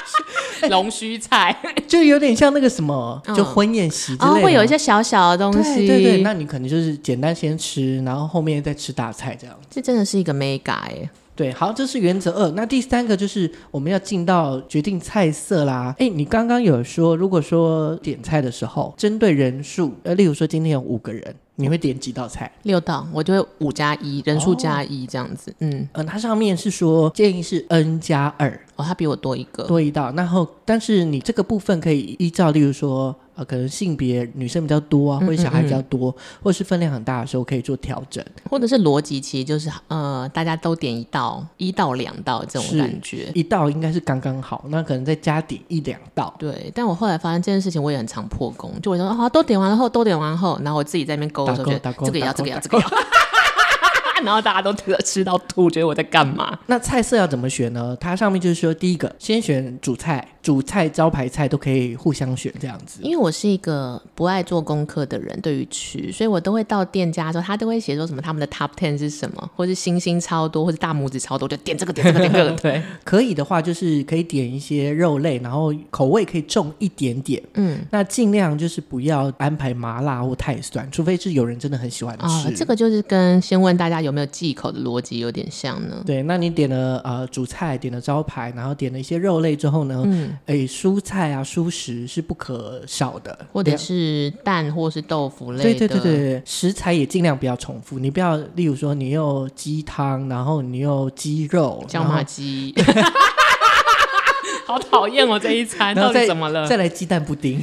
B: 龙须菜，
A: 就有点像那个什么，就
B: 嗯
A: 婚宴席之
B: 然
A: 类
B: 后
A: 的，
B: 会有一些小小的东
A: 对
B: 西。
A: 对对，那你可能就是简单先吃，然后后面再吃大菜这样。
B: 这真的是一个 mega 哎。
A: 对，好，这是原则二。那第三个就是我们要进到决定菜色啦。哎，你刚刚有说，如果说点菜的时候，针对人数，呃，例如说今天有五个人，你会点几道菜？
B: 六道，我就会五加一，人数
A: 哦
B: 加一这样子。嗯，
A: 呃，它上面是说建议是 n 加二
B: 哦，他比我多一个。
A: 多一道，然后但是你这个部分可以依照，例如说。呃，可能性别女生比较多啊，或者小孩比较多，或是分量很大的时候可以做调整。
B: 或者是逻辑，其实就是呃，大家都点一道，一到两道这种
A: 是
B: 感觉。
A: 一道应该是刚刚好，那可能再加点一两道。
B: 对，但我后来发现这件事情我也很常破功，就我说啊、都点完了后，都点完后，然后我自己在那边勾的时候，
A: 打勾
B: 觉
A: 打
B: 得
A: 勾
B: 这个也要，
A: 打
B: 这
A: 勾
B: 个也要，
A: 打
B: 这个也要， 然后大家都吃吃到吐，觉得我在干嘛？
A: 那菜色要怎么选呢？它上面就是说，第一个先选主菜，主菜、招牌菜都可以互相选这样子。
B: 因为我是一个不爱做功课的人，对于吃，所以我都会到店家的时候，他都会写说什么他们的 top ten 是什么，或是星星超多，或是大拇指超多，就点这个点这个 点这个。对，
A: 可以的话，就是可以点一些肉类，然后口味可以重一点点。
B: 嗯，
A: 那尽量就是不要安排麻辣或太酸，除非是有人真的很喜欢吃。
B: 啊、这个就是跟先问大家有没有忌口的逻辑有点像呢。
A: 对，那你点了呃主菜，点了招牌，然后点了一些肉类之后呢，嗯，哎，蔬菜啊、蔬食是不可少的，
B: 或者是蛋或是豆腐类的，
A: 啊对对对对对，食材也尽量不要重复，你不要，例如说你有鸡汤，然后你有鸡肉，
B: 椒
A: 然后
B: 麻鸡， 好讨厌哦！这一餐
A: 然
B: 到
A: 后
B: 底
A: 再
B: 怎么了？
A: 再来鸡蛋布丁，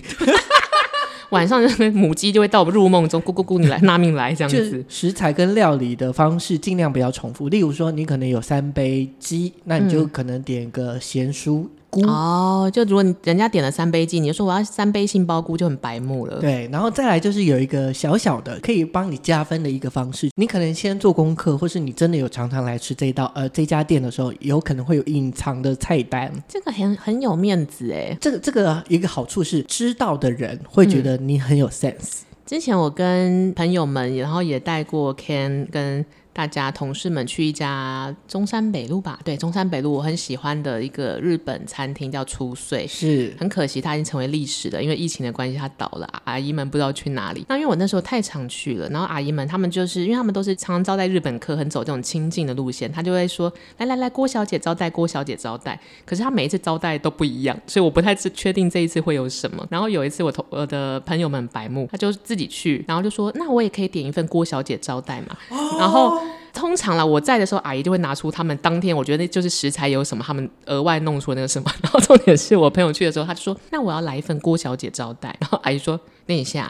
B: 晚上就是母鸡就会到我们入梦中，咕 咕咕，你来拿命来这样
A: 就是
B: 子。
A: 食材跟料理的方式尽量不要重复。例如说你可能有三杯鸡，那你就可能点个咸酥菇。
B: 嗯哦，就如果你人家点了三杯鸡，你就说我要三杯杏鲍菇，就很白目了。
A: 对，然后再来就是有一个小小的可以帮你加分的一个方式，你可能先做功课，或是你真的有常常来吃这一道呃这家店的时候，有可能会有隐藏的菜单，
B: 这个很很有面子哎。
A: 这个这个一个好处是，知道的人会觉得你很有 sense，、
B: 之前我跟朋友们，然后也带过 Ken 跟大家同事们去一家中山北路吧，对，中山北路我很喜欢的一个日本餐厅叫出穗，
A: 是
B: 很可惜，它已经成为历史了，因为疫情的关系，它倒了，阿姨们不知道去哪里。那因为我那时候太常去了，然后阿姨们她们就是因为她们都是常常招待日本客，很走这种亲近的路线，她就会说来来来，郭小姐招待，郭小姐招待。可是她每一次招待都不一样，所以我不太知确定这一次会有什么。然后有一次我同我的朋友们白目，他就自己去，然后就说那我也可以点一份郭小姐招待嘛，然后。
A: 哦
B: 通常啦，我在的时候，阿姨就会拿出他们当天我觉得就是食材有什么，他们额外弄出那个什么。 然后重点是我朋友去的时候，他就说：“那我要来一份郭小姐招待。” 然后阿姨说：“念一下。”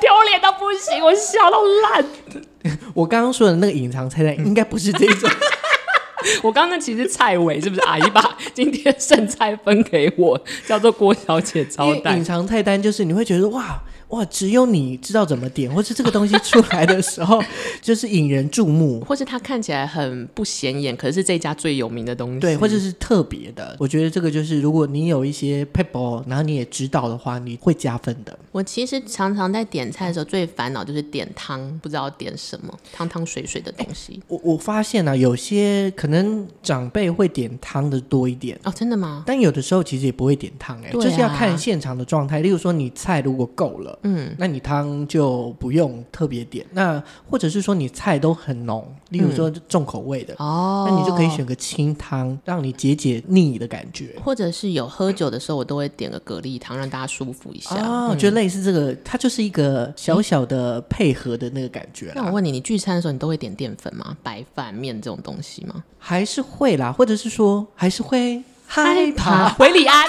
B: 丢脸到不行，我笑到烂。
A: 我刚刚说的那个隐藏菜单，应该不是这种。
B: 我刚刚其实菜尾是不是阿姨把今天剩菜分给我，叫做郭小姐招
A: 因为
B: 待
A: 隐？藏菜单就是你会觉得哇哇，只有你知道怎么点，或是这个东西出来的时候就是引人注目，
B: 或是它看起来很不显眼，可是这家最有名的东西。
A: 对，或者是特别的。我觉得这个就是如果你有一些 people，然后你也知道的话，你会加分的。
B: 我其实常常在点菜的时候最烦恼就是点汤，不知道点什么，汤汤水水的东西。
A: 我我发现呢、啊，有些可能长辈会点汤的多一点。
B: 哦，真的吗？
A: 但有的时候其实也不会点汤哎、
B: 对啊
A: 就是要看现场的状态。例如说你菜如果够了，嗯，那你汤就不用特别点。那或者是说你菜都很浓，例如说重口味的，
B: 嗯哦，
A: 那你就可以。选个清汤，让你解解腻的感觉。
B: 或者是有喝酒的时候，我都会点个蛤蜊汤，让大家舒服一下。
A: 啊，我觉得类似这个，它就是一个小小的配合的那个感觉
B: 那
A: 啦，
B: 我问你，你聚餐的时候，你都会点淀粉吗？白饭、面这种东西 吗？
A: 还是会啦，或者是说还是会害怕。
B: 回礼安，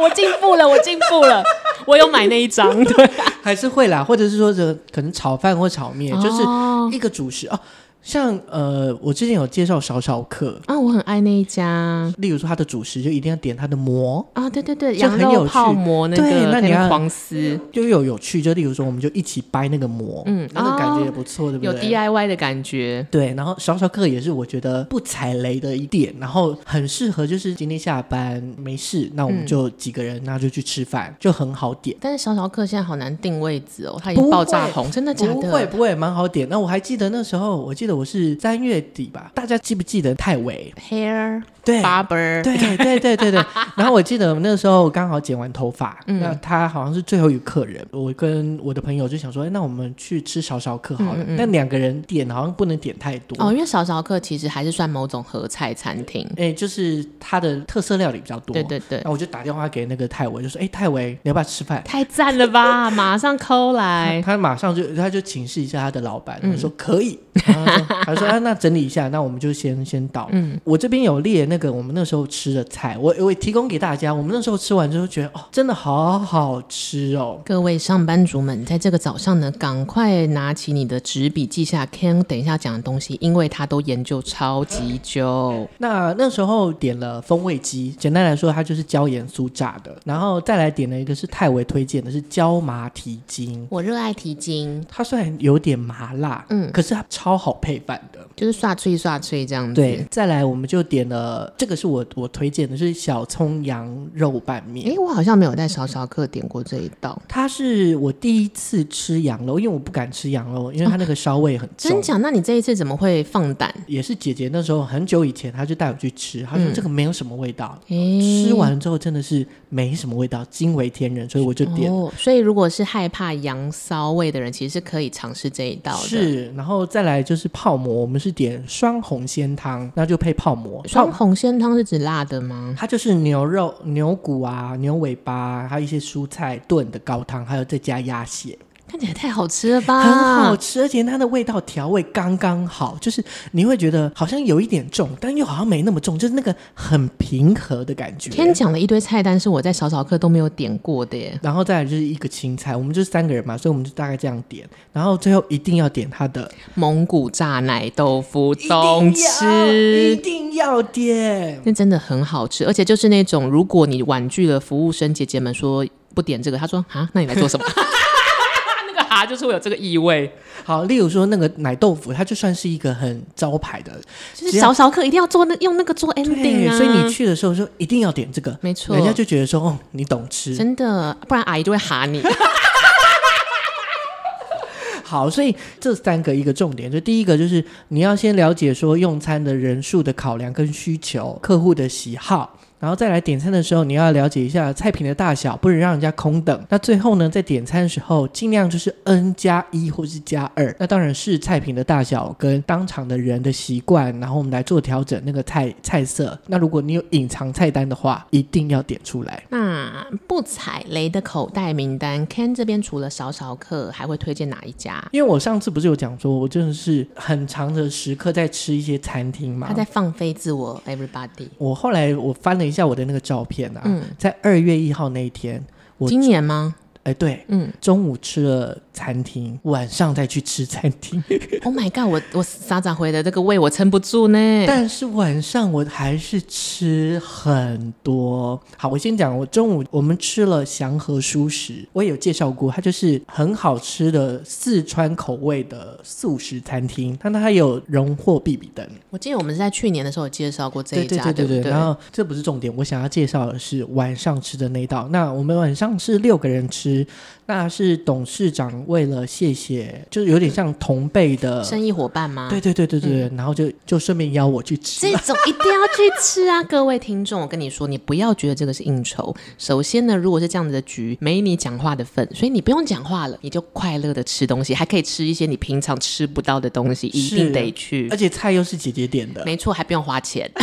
B: 我进步了，我进步了，我有买那一 张。对，
A: 还是会啦，或者是说这可能炒饭或炒面，
B: 哦
A: 就是一个主食哦。像呃，我之前有介绍少少客，
B: 啊，我很爱那一家
A: 例如说它的主食就一定要点它的馍，
B: 啊，对对对，
A: 就
B: 羊
A: 很
B: 肉
A: 有趣
B: 泡馍那
A: 对
B: 个，
A: 那你要
B: 黄丝。
A: 就又有趣。就例如说，我们就一起掰那个馍，
B: 嗯
A: 那个感
B: 哦
A: 觉也不错，对不
B: 有
A: 对？
B: DIY 的感觉。
A: 对，然后少少客也是我觉得不踩雷的一点，然后很适合就是今天下班没事，那我
B: 嗯
A: 们就几个人，那就去吃饭，就很好点。
B: 但是小小客现在好难定位置哦，它已
A: 不
B: 经
A: 会
B: 爆炸红，真的假
A: 不会
B: 的？
A: 不会，蛮好点。那我还记得那时候，我记得我是三月底吧，大家记不记得泰维？
B: Hair
A: 对，
B: barber，
A: 对对对对 对。然后我记得我那时候刚好剪完头发，
B: 嗯
A: 那他好像是最后一个客人，我跟我的朋友就想说，哎，那我们去吃少少客好了。但两个人点好像不能点太多。
B: 嗯哦，因为小小客其实还是算某种合菜餐厅。
A: 哎，就是它的特色料理比较多，
B: 对对对
A: 然，后我就打电话给那个泰维，就说：“哎、泰维，你要不要吃饭
B: 太赞了吧！马上抠？”
A: 他
B: 来。
A: 他马上就他就请示一下他的老板，
B: 嗯
A: 他说可 以，然后他说他说啊，那整理一下，那我们就先先到。
B: 嗯
A: 我这边有列那个我们那时候吃的菜，我我也提供给大家。我们那时候吃完之后觉得哦，真的好好吃哦。
B: 各位上班族们，在这个早上呢，赶快拿起你的纸笔记下 Ken 等一下讲的东西，因为他都研究超级久。
A: 那那时候点了风味鸡，简单来说，它就是椒盐酥炸的，然后再来点了一个是泰维推荐的是椒麻蹄筋，
B: 我热爱提筋，
A: 它虽然有点麻辣，
B: 嗯
A: 可是它超好配饭的。
B: 就是刷脆刷脆这样子。
A: 对，再来我们就点了，这个是我我推荐的是小葱羊肉拌
B: 诶，
A: 面。
B: 我好像没有在小小客点过这一道。
A: 它是我第一次吃羊肉，因为我不敢吃羊肉，因为它那个骚味很重。
B: 真假？那你这一次怎么会放胆？
A: 也是姐姐那时候很久以前，她就带我去吃，她说
B: 嗯
A: 这个没有什么味道，
B: 诶
A: 吃完之后真的是没什么味道，惊为天人，所以我就点。
B: 哦，所以如果是害怕羊骚味的人，其实是可以尝试这一道的。，
A: 是，然后再来就是泡馍，我们是点双红鲜汤，那就配泡馍。泡
B: 双红鲜汤是指辣的吗？
A: 它就是牛肉、牛骨啊、牛尾巴啊，还有一些蔬菜炖的高汤，还有再加鸭血，
B: 看起来太好吃了吧！
A: 很好吃，而且它的味道调味刚刚好，就是你会觉得好像有一点重，但又好像没那么重，就是那个很平和的感觉。
B: 天讲了一堆菜单是我在少少客都没有点过的耶。
A: 然后再来就是一个青菜，我们就三个人嘛，所以我们就大概这样点，然后最后一定要点它的
B: 蒙古炸奶豆腐懂
A: 一
B: 吃，
A: 定要点。
B: 那真的很好吃，而且就是那种如果你婉拒了服务生姐姐们说不点这个，她说啊，那你来做什么？ 那个啊，就是会有这个意味，
A: 好，例如说那个奶豆腐，它就算是一个很招牌的，
B: 就是少少客一定要做那用那个做 ending
A: 对，
B: 啊，
A: 所以你去的时候说一定要点这个，
B: 没错
A: 人家就觉得说哦，你懂吃。
B: 真的，不然阿姨就会哈你。
A: 好，所以这三个一个重点，就第一个就是你要先了解说用餐的人数的考量跟需求，客户的喜好。然后再来点餐的时候，你要了解一下菜品的大小，不能让人家空等。那最后呢，在点餐的时候，尽量就是 N 加一或是加二。那当然是菜品的大小跟当场的人的习惯，然后我们来做调整那个菜菜色。那如果你有隐藏菜单的话，一定要点出来。
B: 那不踩雷的口袋名单，Ken 这边除了少少客，还会推荐哪一家？
A: 因为我上次不是有讲说，我真的是很长的时刻在吃一些餐厅嘛
B: 他。在放飞自我，everybody。
A: 我后来我翻了一下我的那个照片啊，
B: 嗯
A: 在二月一号那一天，我
B: 今年吗？
A: 哎对，
B: 嗯
A: 中午吃了餐厅，晚上再去吃餐厅，
B: ，Oh my god，我我傻傻回的这个胃我撑不住呢。
A: 但是晚上我还是吃很多。好，我先讲，我中午我们吃了祥和蔬食，我也有介绍过，它就是很好吃的四川口味的素食餐厅，但它有荣获必比登。
B: 我记得我们是在去年的时候有介绍过这
A: 对
B: 一
A: 对
B: 家，
A: 对
B: 不
A: 然后这不是重点，我想要介绍的是晚上吃的那一道。那我们晚上是六个人吃，那是董事长为了谢谢，就是有点像同辈的。
B: 生意啊嗯伙伴吗？
A: 对对对对对，然后就就顺便邀我去吃
B: 这。种一定要去吃啊！各位听众，我跟你说，你不要觉得这个是应酬。首先呢，如果是这样子的局，没你讲话的份，所以你不用讲话了，你就快乐的吃东西，还可以吃一些你平常吃不到的东西，一
A: 是
B: 定得去
A: 而。且菜又是姐姐点的。
B: 没错，还不用花钱，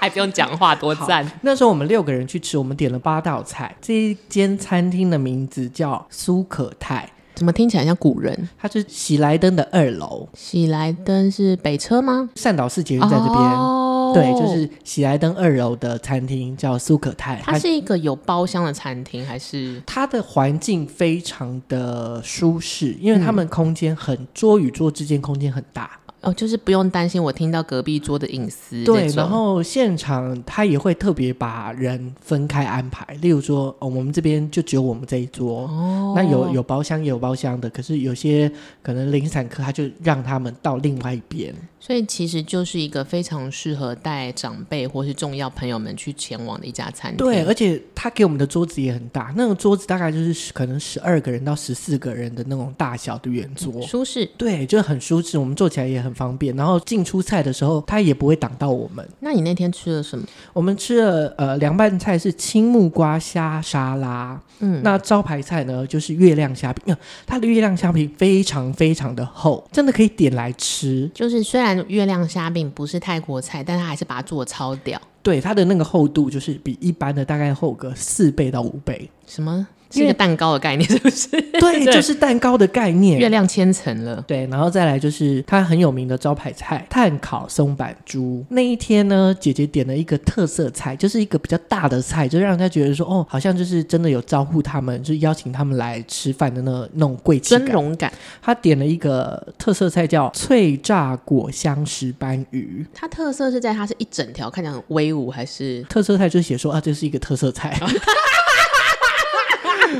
B: 还不用讲话，多赞！
A: 那时候我们六个人去吃，我们点了八道菜。这一间餐厅的名字叫苏可泰，
B: 怎么听起来像古人？
A: 它是喜来登的二楼，
B: 喜来登是北车吗？
A: 善导寺捷运站这边。
B: 哦
A: 对，就是喜来登二楼的餐厅叫苏可泰，
B: 它是一个有包厢的餐厅，还是
A: 它的环境非常的舒适，因为他们空间很、桌与桌之间空间很大，
B: 哦，就是不用担心我听到隔壁桌的隐私这
A: 对
B: 种。，
A: 然后现场他也会特别把人分开安排，例如说，哦，我们这边就只有我们这一桌，
B: 哦，
A: 那有有包厢也有包厢的，可是有些可能零散客他就让他们到另外一边，
B: 所以其实就是一个非常适合带长辈或是重要朋友们去前往的一家餐厅。
A: 对，，而且他给我们的桌子也很大，那个桌子大概就是十可能十二个人到十四个人的那种大小的圆桌。
B: 舒适。
A: 对，就很舒适，我们坐起来也很方便。然后进出菜的时候，它也不会挡到我们。
B: 那你那天吃了什么？
A: 我们吃了呃凉拌菜是青木瓜虾沙拉，
B: 嗯，
A: 那招牌菜呢就是月亮虾饼、呃它的月亮虾饼非常非常的厚，真的可以点来吃。
B: 就是虽然月亮虾饼不是泰国菜，但它还是把它做得超屌。
A: 对，它的那个厚度就是比一般的大概厚个四倍到五倍。
B: 什么？
A: 因
B: 是
A: 为
B: 一个蛋糕的概念，是不是？
A: 对，
B: 对
A: 就是蛋糕的概
B: 月
A: 念。
B: 亮千层了。
A: 对，然后再来就是它很有名的招牌菜炭烤松板猪。那一天呢，姐姐点了一个特色菜，就是一个比较大的菜，就让人家觉得说，哦，好像就是真的有招呼他们，就是邀请他们来吃饭的那那种贵气
B: 尊
A: 感。
B: 荣感，
A: 她点了一个特色菜叫脆炸果香石斑鱼。
B: 它特色是在它是一整条，看起来很威武，还是
A: 特色菜就写说啊，这是一个特色菜。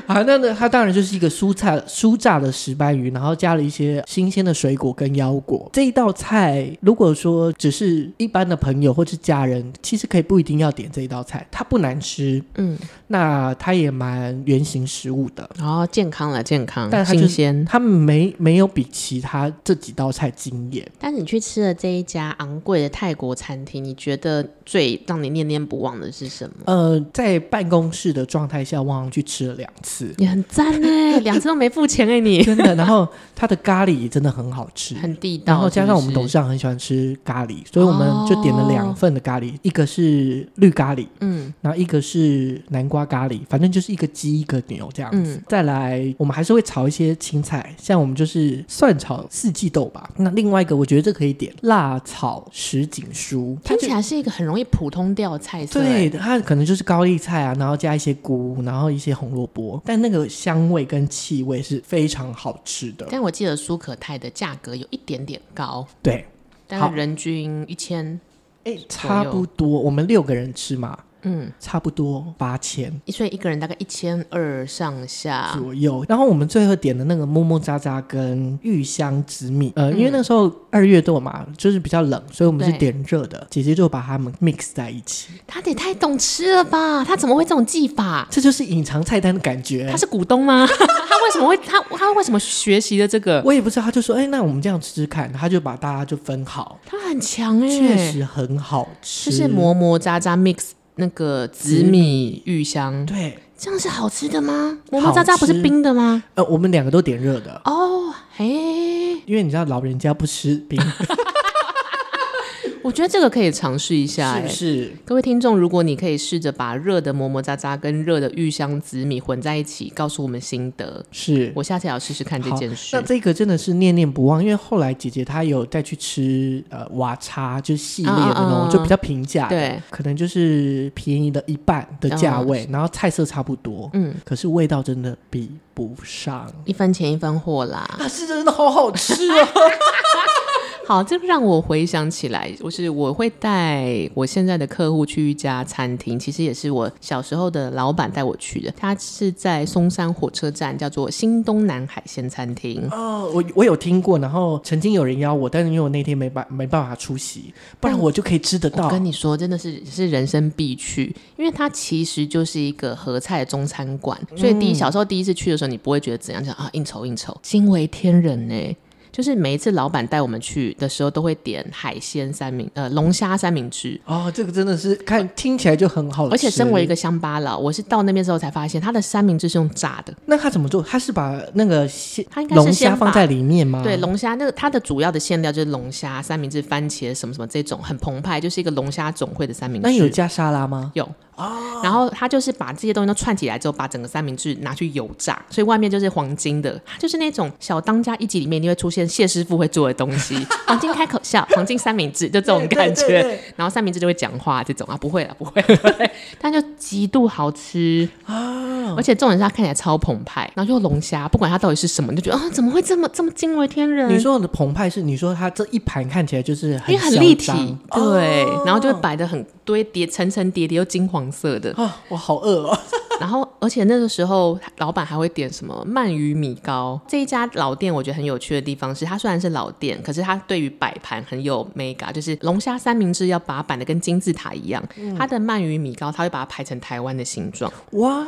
A: 好，那那它当然就是一个蔬菜酥炸的石斑鱼，然后加了一些新鲜的水果跟腰果。这一道菜，如果说只是一般的朋友或是家人，其实可以不一定要点这一道菜，它不难吃，
B: 嗯，
A: 那它也蛮原形食物的，
B: 哦，健康了，健康，
A: 但它就
B: 新
A: 是
B: 鲜。
A: 它没没有比其他这几道菜惊艳。
B: 但是你去吃了这一家昂贵的泰国餐厅，你觉得最让你念念不忘的是什么？
A: 呃，在办公室的状态下，汪洋去吃了两次，
B: 也很赞 呢，两次都没付钱哎，你
A: 真的。然后它的咖喱真的很好吃，
B: 很地道。
A: 然后加上我们
B: 是不
A: 董
B: 哦是
A: 事长很喜欢吃咖喱，所以我们就点了两份的咖喱，一个是绿咖喱，
B: 嗯，
A: 然后一个是南瓜咖喱，反正就是一个鸡一个牛这样子。
B: 嗯
A: 再来，我们还是会炒一些青菜，像我们就是蒜炒四季豆吧。那另外一个我觉得这可以点辣炒什锦蔬，它
B: 听
A: 就
B: 起来是一个很容易普通掉菜色。欸
A: 对，，它可能就是高丽菜啊，然后加一些菇，然后一些红萝卜，但那个香味跟气味是非常好吃的。
B: 但我记得苏可泰的价格有一点点高，
A: 对，
B: 大概
A: 好
B: 人均一千，
A: 哎，差不多，我们六个人吃嘛，
B: 嗯，
A: 差不多八千
B: 所以一个人大概一千二上下。
A: 左右。然后我们最后点的那个么么喳喳跟玉香紫米，呃，因为那时候二月多嘛，就是比较冷，所以我们是
B: 嗯对
A: 点热的。姐姐就把它们 mix 在一起，
B: 他也太懂吃了吧？他怎么会这种技法？
A: 这就是隐藏菜单的感觉
B: 哎他。是股东吗？他为 为什么会他他为什么学习的这个？
A: 我也不知道，他就说，哎、那我们这样吃吃看，他就把大家就分好，
B: 他很强哎、
A: 确，实很好吃，
B: 就是磨磨渣渣 mix 那个紫米芋香，
A: 对，
B: 这样是好吃的吗？磨磨渣渣不是冰的吗？
A: 呃，我们两个都点热的，
B: 哦，嘿，
A: 因为你知道老人家不吃 冰，
B: 我觉得这个可以尝试一下、
A: 是
B: 哎。
A: 不是？
B: 各位听众，如果你可以试着把热的磨磨渣渣跟热的芋香紫米混在一起，告诉我们心得，
A: 是。
B: 我下次也要试试看这
A: 好
B: 件事
A: 那。这个真的是念念不忘，因为后来姐姐她有再去吃呃瓦叉，就是系列的那
B: 嗯嗯
A: 种，
B: 嗯嗯
A: 就比较平价，，
B: 对，
A: 可能就是便宜的一半的价
B: 嗯
A: 位，然后菜色差不多，
B: 嗯，
A: 可是味道真的比不上。
B: 一分钱一分货啦。
A: 啊，是真的好好吃哦！
B: 好，这让我回想起来，我是我会带我现在的客户去一家餐厅，其实也是我小时候的老板带我去的，他是在松山火车站，叫做新东南海鲜餐厅。
A: 哦，我我有听过，然后曾经有人邀我，但是因为我那天没办没办法出席，不然我就可以吃得
B: 我
A: 到。
B: 跟你说，真的是是人生必去，因为它其实就是一个合菜的中餐馆，所以第一小时候第一次去的时候，你不会觉得怎样，就啊应酬应酬，惊为天人呢、就是每一次老板带我们去的时候，都会点海鲜三明呃龙虾三明治。
A: 哦，这个真的是看听起来就很好吃，
B: 而且身为一个乡巴佬，我是到那边之后才发现，它的三明治是用炸的。
A: 那他怎么做？他是把那个蟹
B: 他应该是
A: 龙虾
B: 先把
A: 放在里面吗？
B: 对，龙虾那个它的主要的馅料就是龙虾、三明治、番茄什么什么这种很澎湃，就是一个龙虾总会的三明治。
A: 那有加沙拉吗？
B: 有
A: 哦
B: 然后他就是把这些东西都串起来之后，把整个三明治拿去油炸，所以外面就是黄金的，它就是那种小当家一集里面一定会出现谢师傅会做的东 西，黄金开口笑，黄金三明治就这种感觉。
A: 对对对对
B: 然后三明治就会讲话这种啊，不会啊，不会，对，但就极度好吃啊，而且重点是它看起来超澎湃，然后又龙虾，不管它到底是什么，你就觉得啊，怎么会这么这么惊为天人？
A: 你说的澎湃是你说它这一盘看起来就是很
B: 嗯因为很立体
A: 嚣张，
B: 对，
A: 哦
B: 然后就会摆的很堆叠，层层叠叠又金黄色的，
A: 啊，我好饿哦！
B: 然后，而且那个时候，老板还会点什么鳗鱼米糕。这一家老店，我觉得很有趣的地方是，它虽然是老店，可是它对于摆盘很有 mega，就是龙虾三明治要把它摆的跟金字塔一样，
A: 嗯
B: 它的鳗鱼米糕，它会把它拍成台湾的形状，
A: 哇，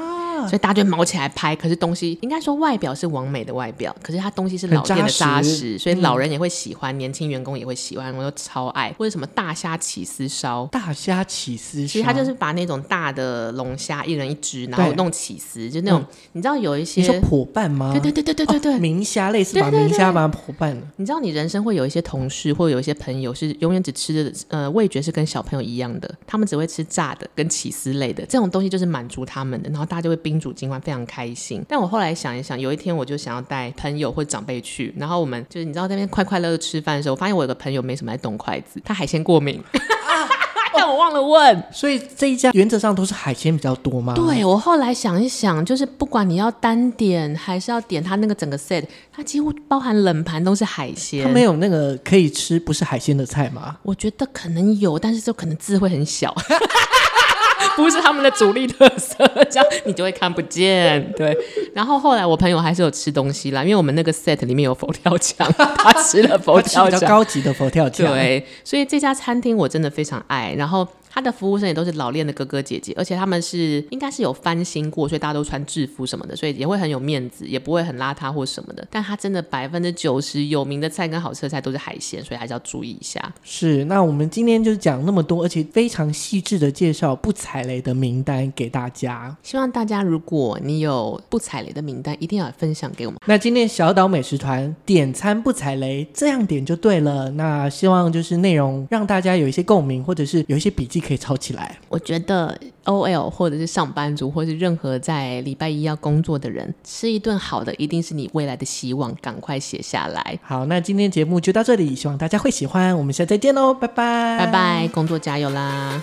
B: 所以大家就毛起来拍。可是东西应该说外表是完美的外表，可是它东西是老店的
A: 很扎
B: 扎
A: 实嗯
B: 实，所以老人也会喜欢，年轻员工也会喜欢，我都超爱。或者什么大虾起司烧，
A: 大虾起司烧，
B: 其实它就是把那种大的龙虾一人一只，然后
A: 对嗯
B: 弄起司，就那种、你知道有一些
A: 你，说伙伴吗？哦
B: 对对对对对对对，
A: 明虾类似把
B: 对对
A: 明
B: 对
A: 虾把它伙伴了
B: 你知道你人生会有一些同事或有一些朋友是永远只吃的呃味觉是跟小朋友一样的，他们只会吃炸的跟起司类的这种东西就是满足他们的，然后大家就会宾主尽欢，非常开心。但我后来想一想，有一天我就想要带朋友或长辈去，然后我们就是你知道在那边快快乐乐吃饭的时候，我发现我有个朋友没什么在动筷子，他海鲜过敏，
A: 啊
B: 但我忘了问。
A: 所以这一家原则上都是海鲜比较多吗？，
B: 对我后来想一想，就是不管你要单点还是要点它那个整个 set，它几乎包含冷盘都是海鲜。
A: 它没有那个可以吃不是海鲜的菜吗？
B: 我觉得可能有，但是就可能字会很小， 不是他们的主力特色，这样你就会看不见。对，然后后来我朋友还是有吃东西啦，因为我们那个 set 里面有佛跳墙， 他吃了佛
A: 它吃
B: 跳
A: 比较
B: 墙，
A: 高级的佛跳墙，，
B: 对，所以这家餐厅我真的非常爱。然后他的服务生也都是老练的哥哥姐姐，而且他们是应该是有翻新过，所以大家都穿制服什么的，所以也会很有面子，也不会很邋遢或什么的。但他真的百分之九十有名的菜跟好吃的菜都是海鲜，所以还是要注意一下。
A: 是，那我们今天就是讲那么多，而且非常细致的介绍不踩雷的名单给大家。
B: 希望大家如果你有不踩雷的名单，一定要分享给我们。
A: 那今天小岛美食团点餐不踩雷，这样点就对了。那希望就是内容让大家有一些共鸣，或者是有一些笔记可以抄起来。
B: 我觉得 OL 或者是上班族，或是任何在礼拜一要工作的人，吃一顿好的一定是你未来的希望，赶快写下来。
A: 好，那今天节目就到这里，希望大家会喜欢。我们下次再见喽，拜拜，
B: 拜拜，工作加油啦！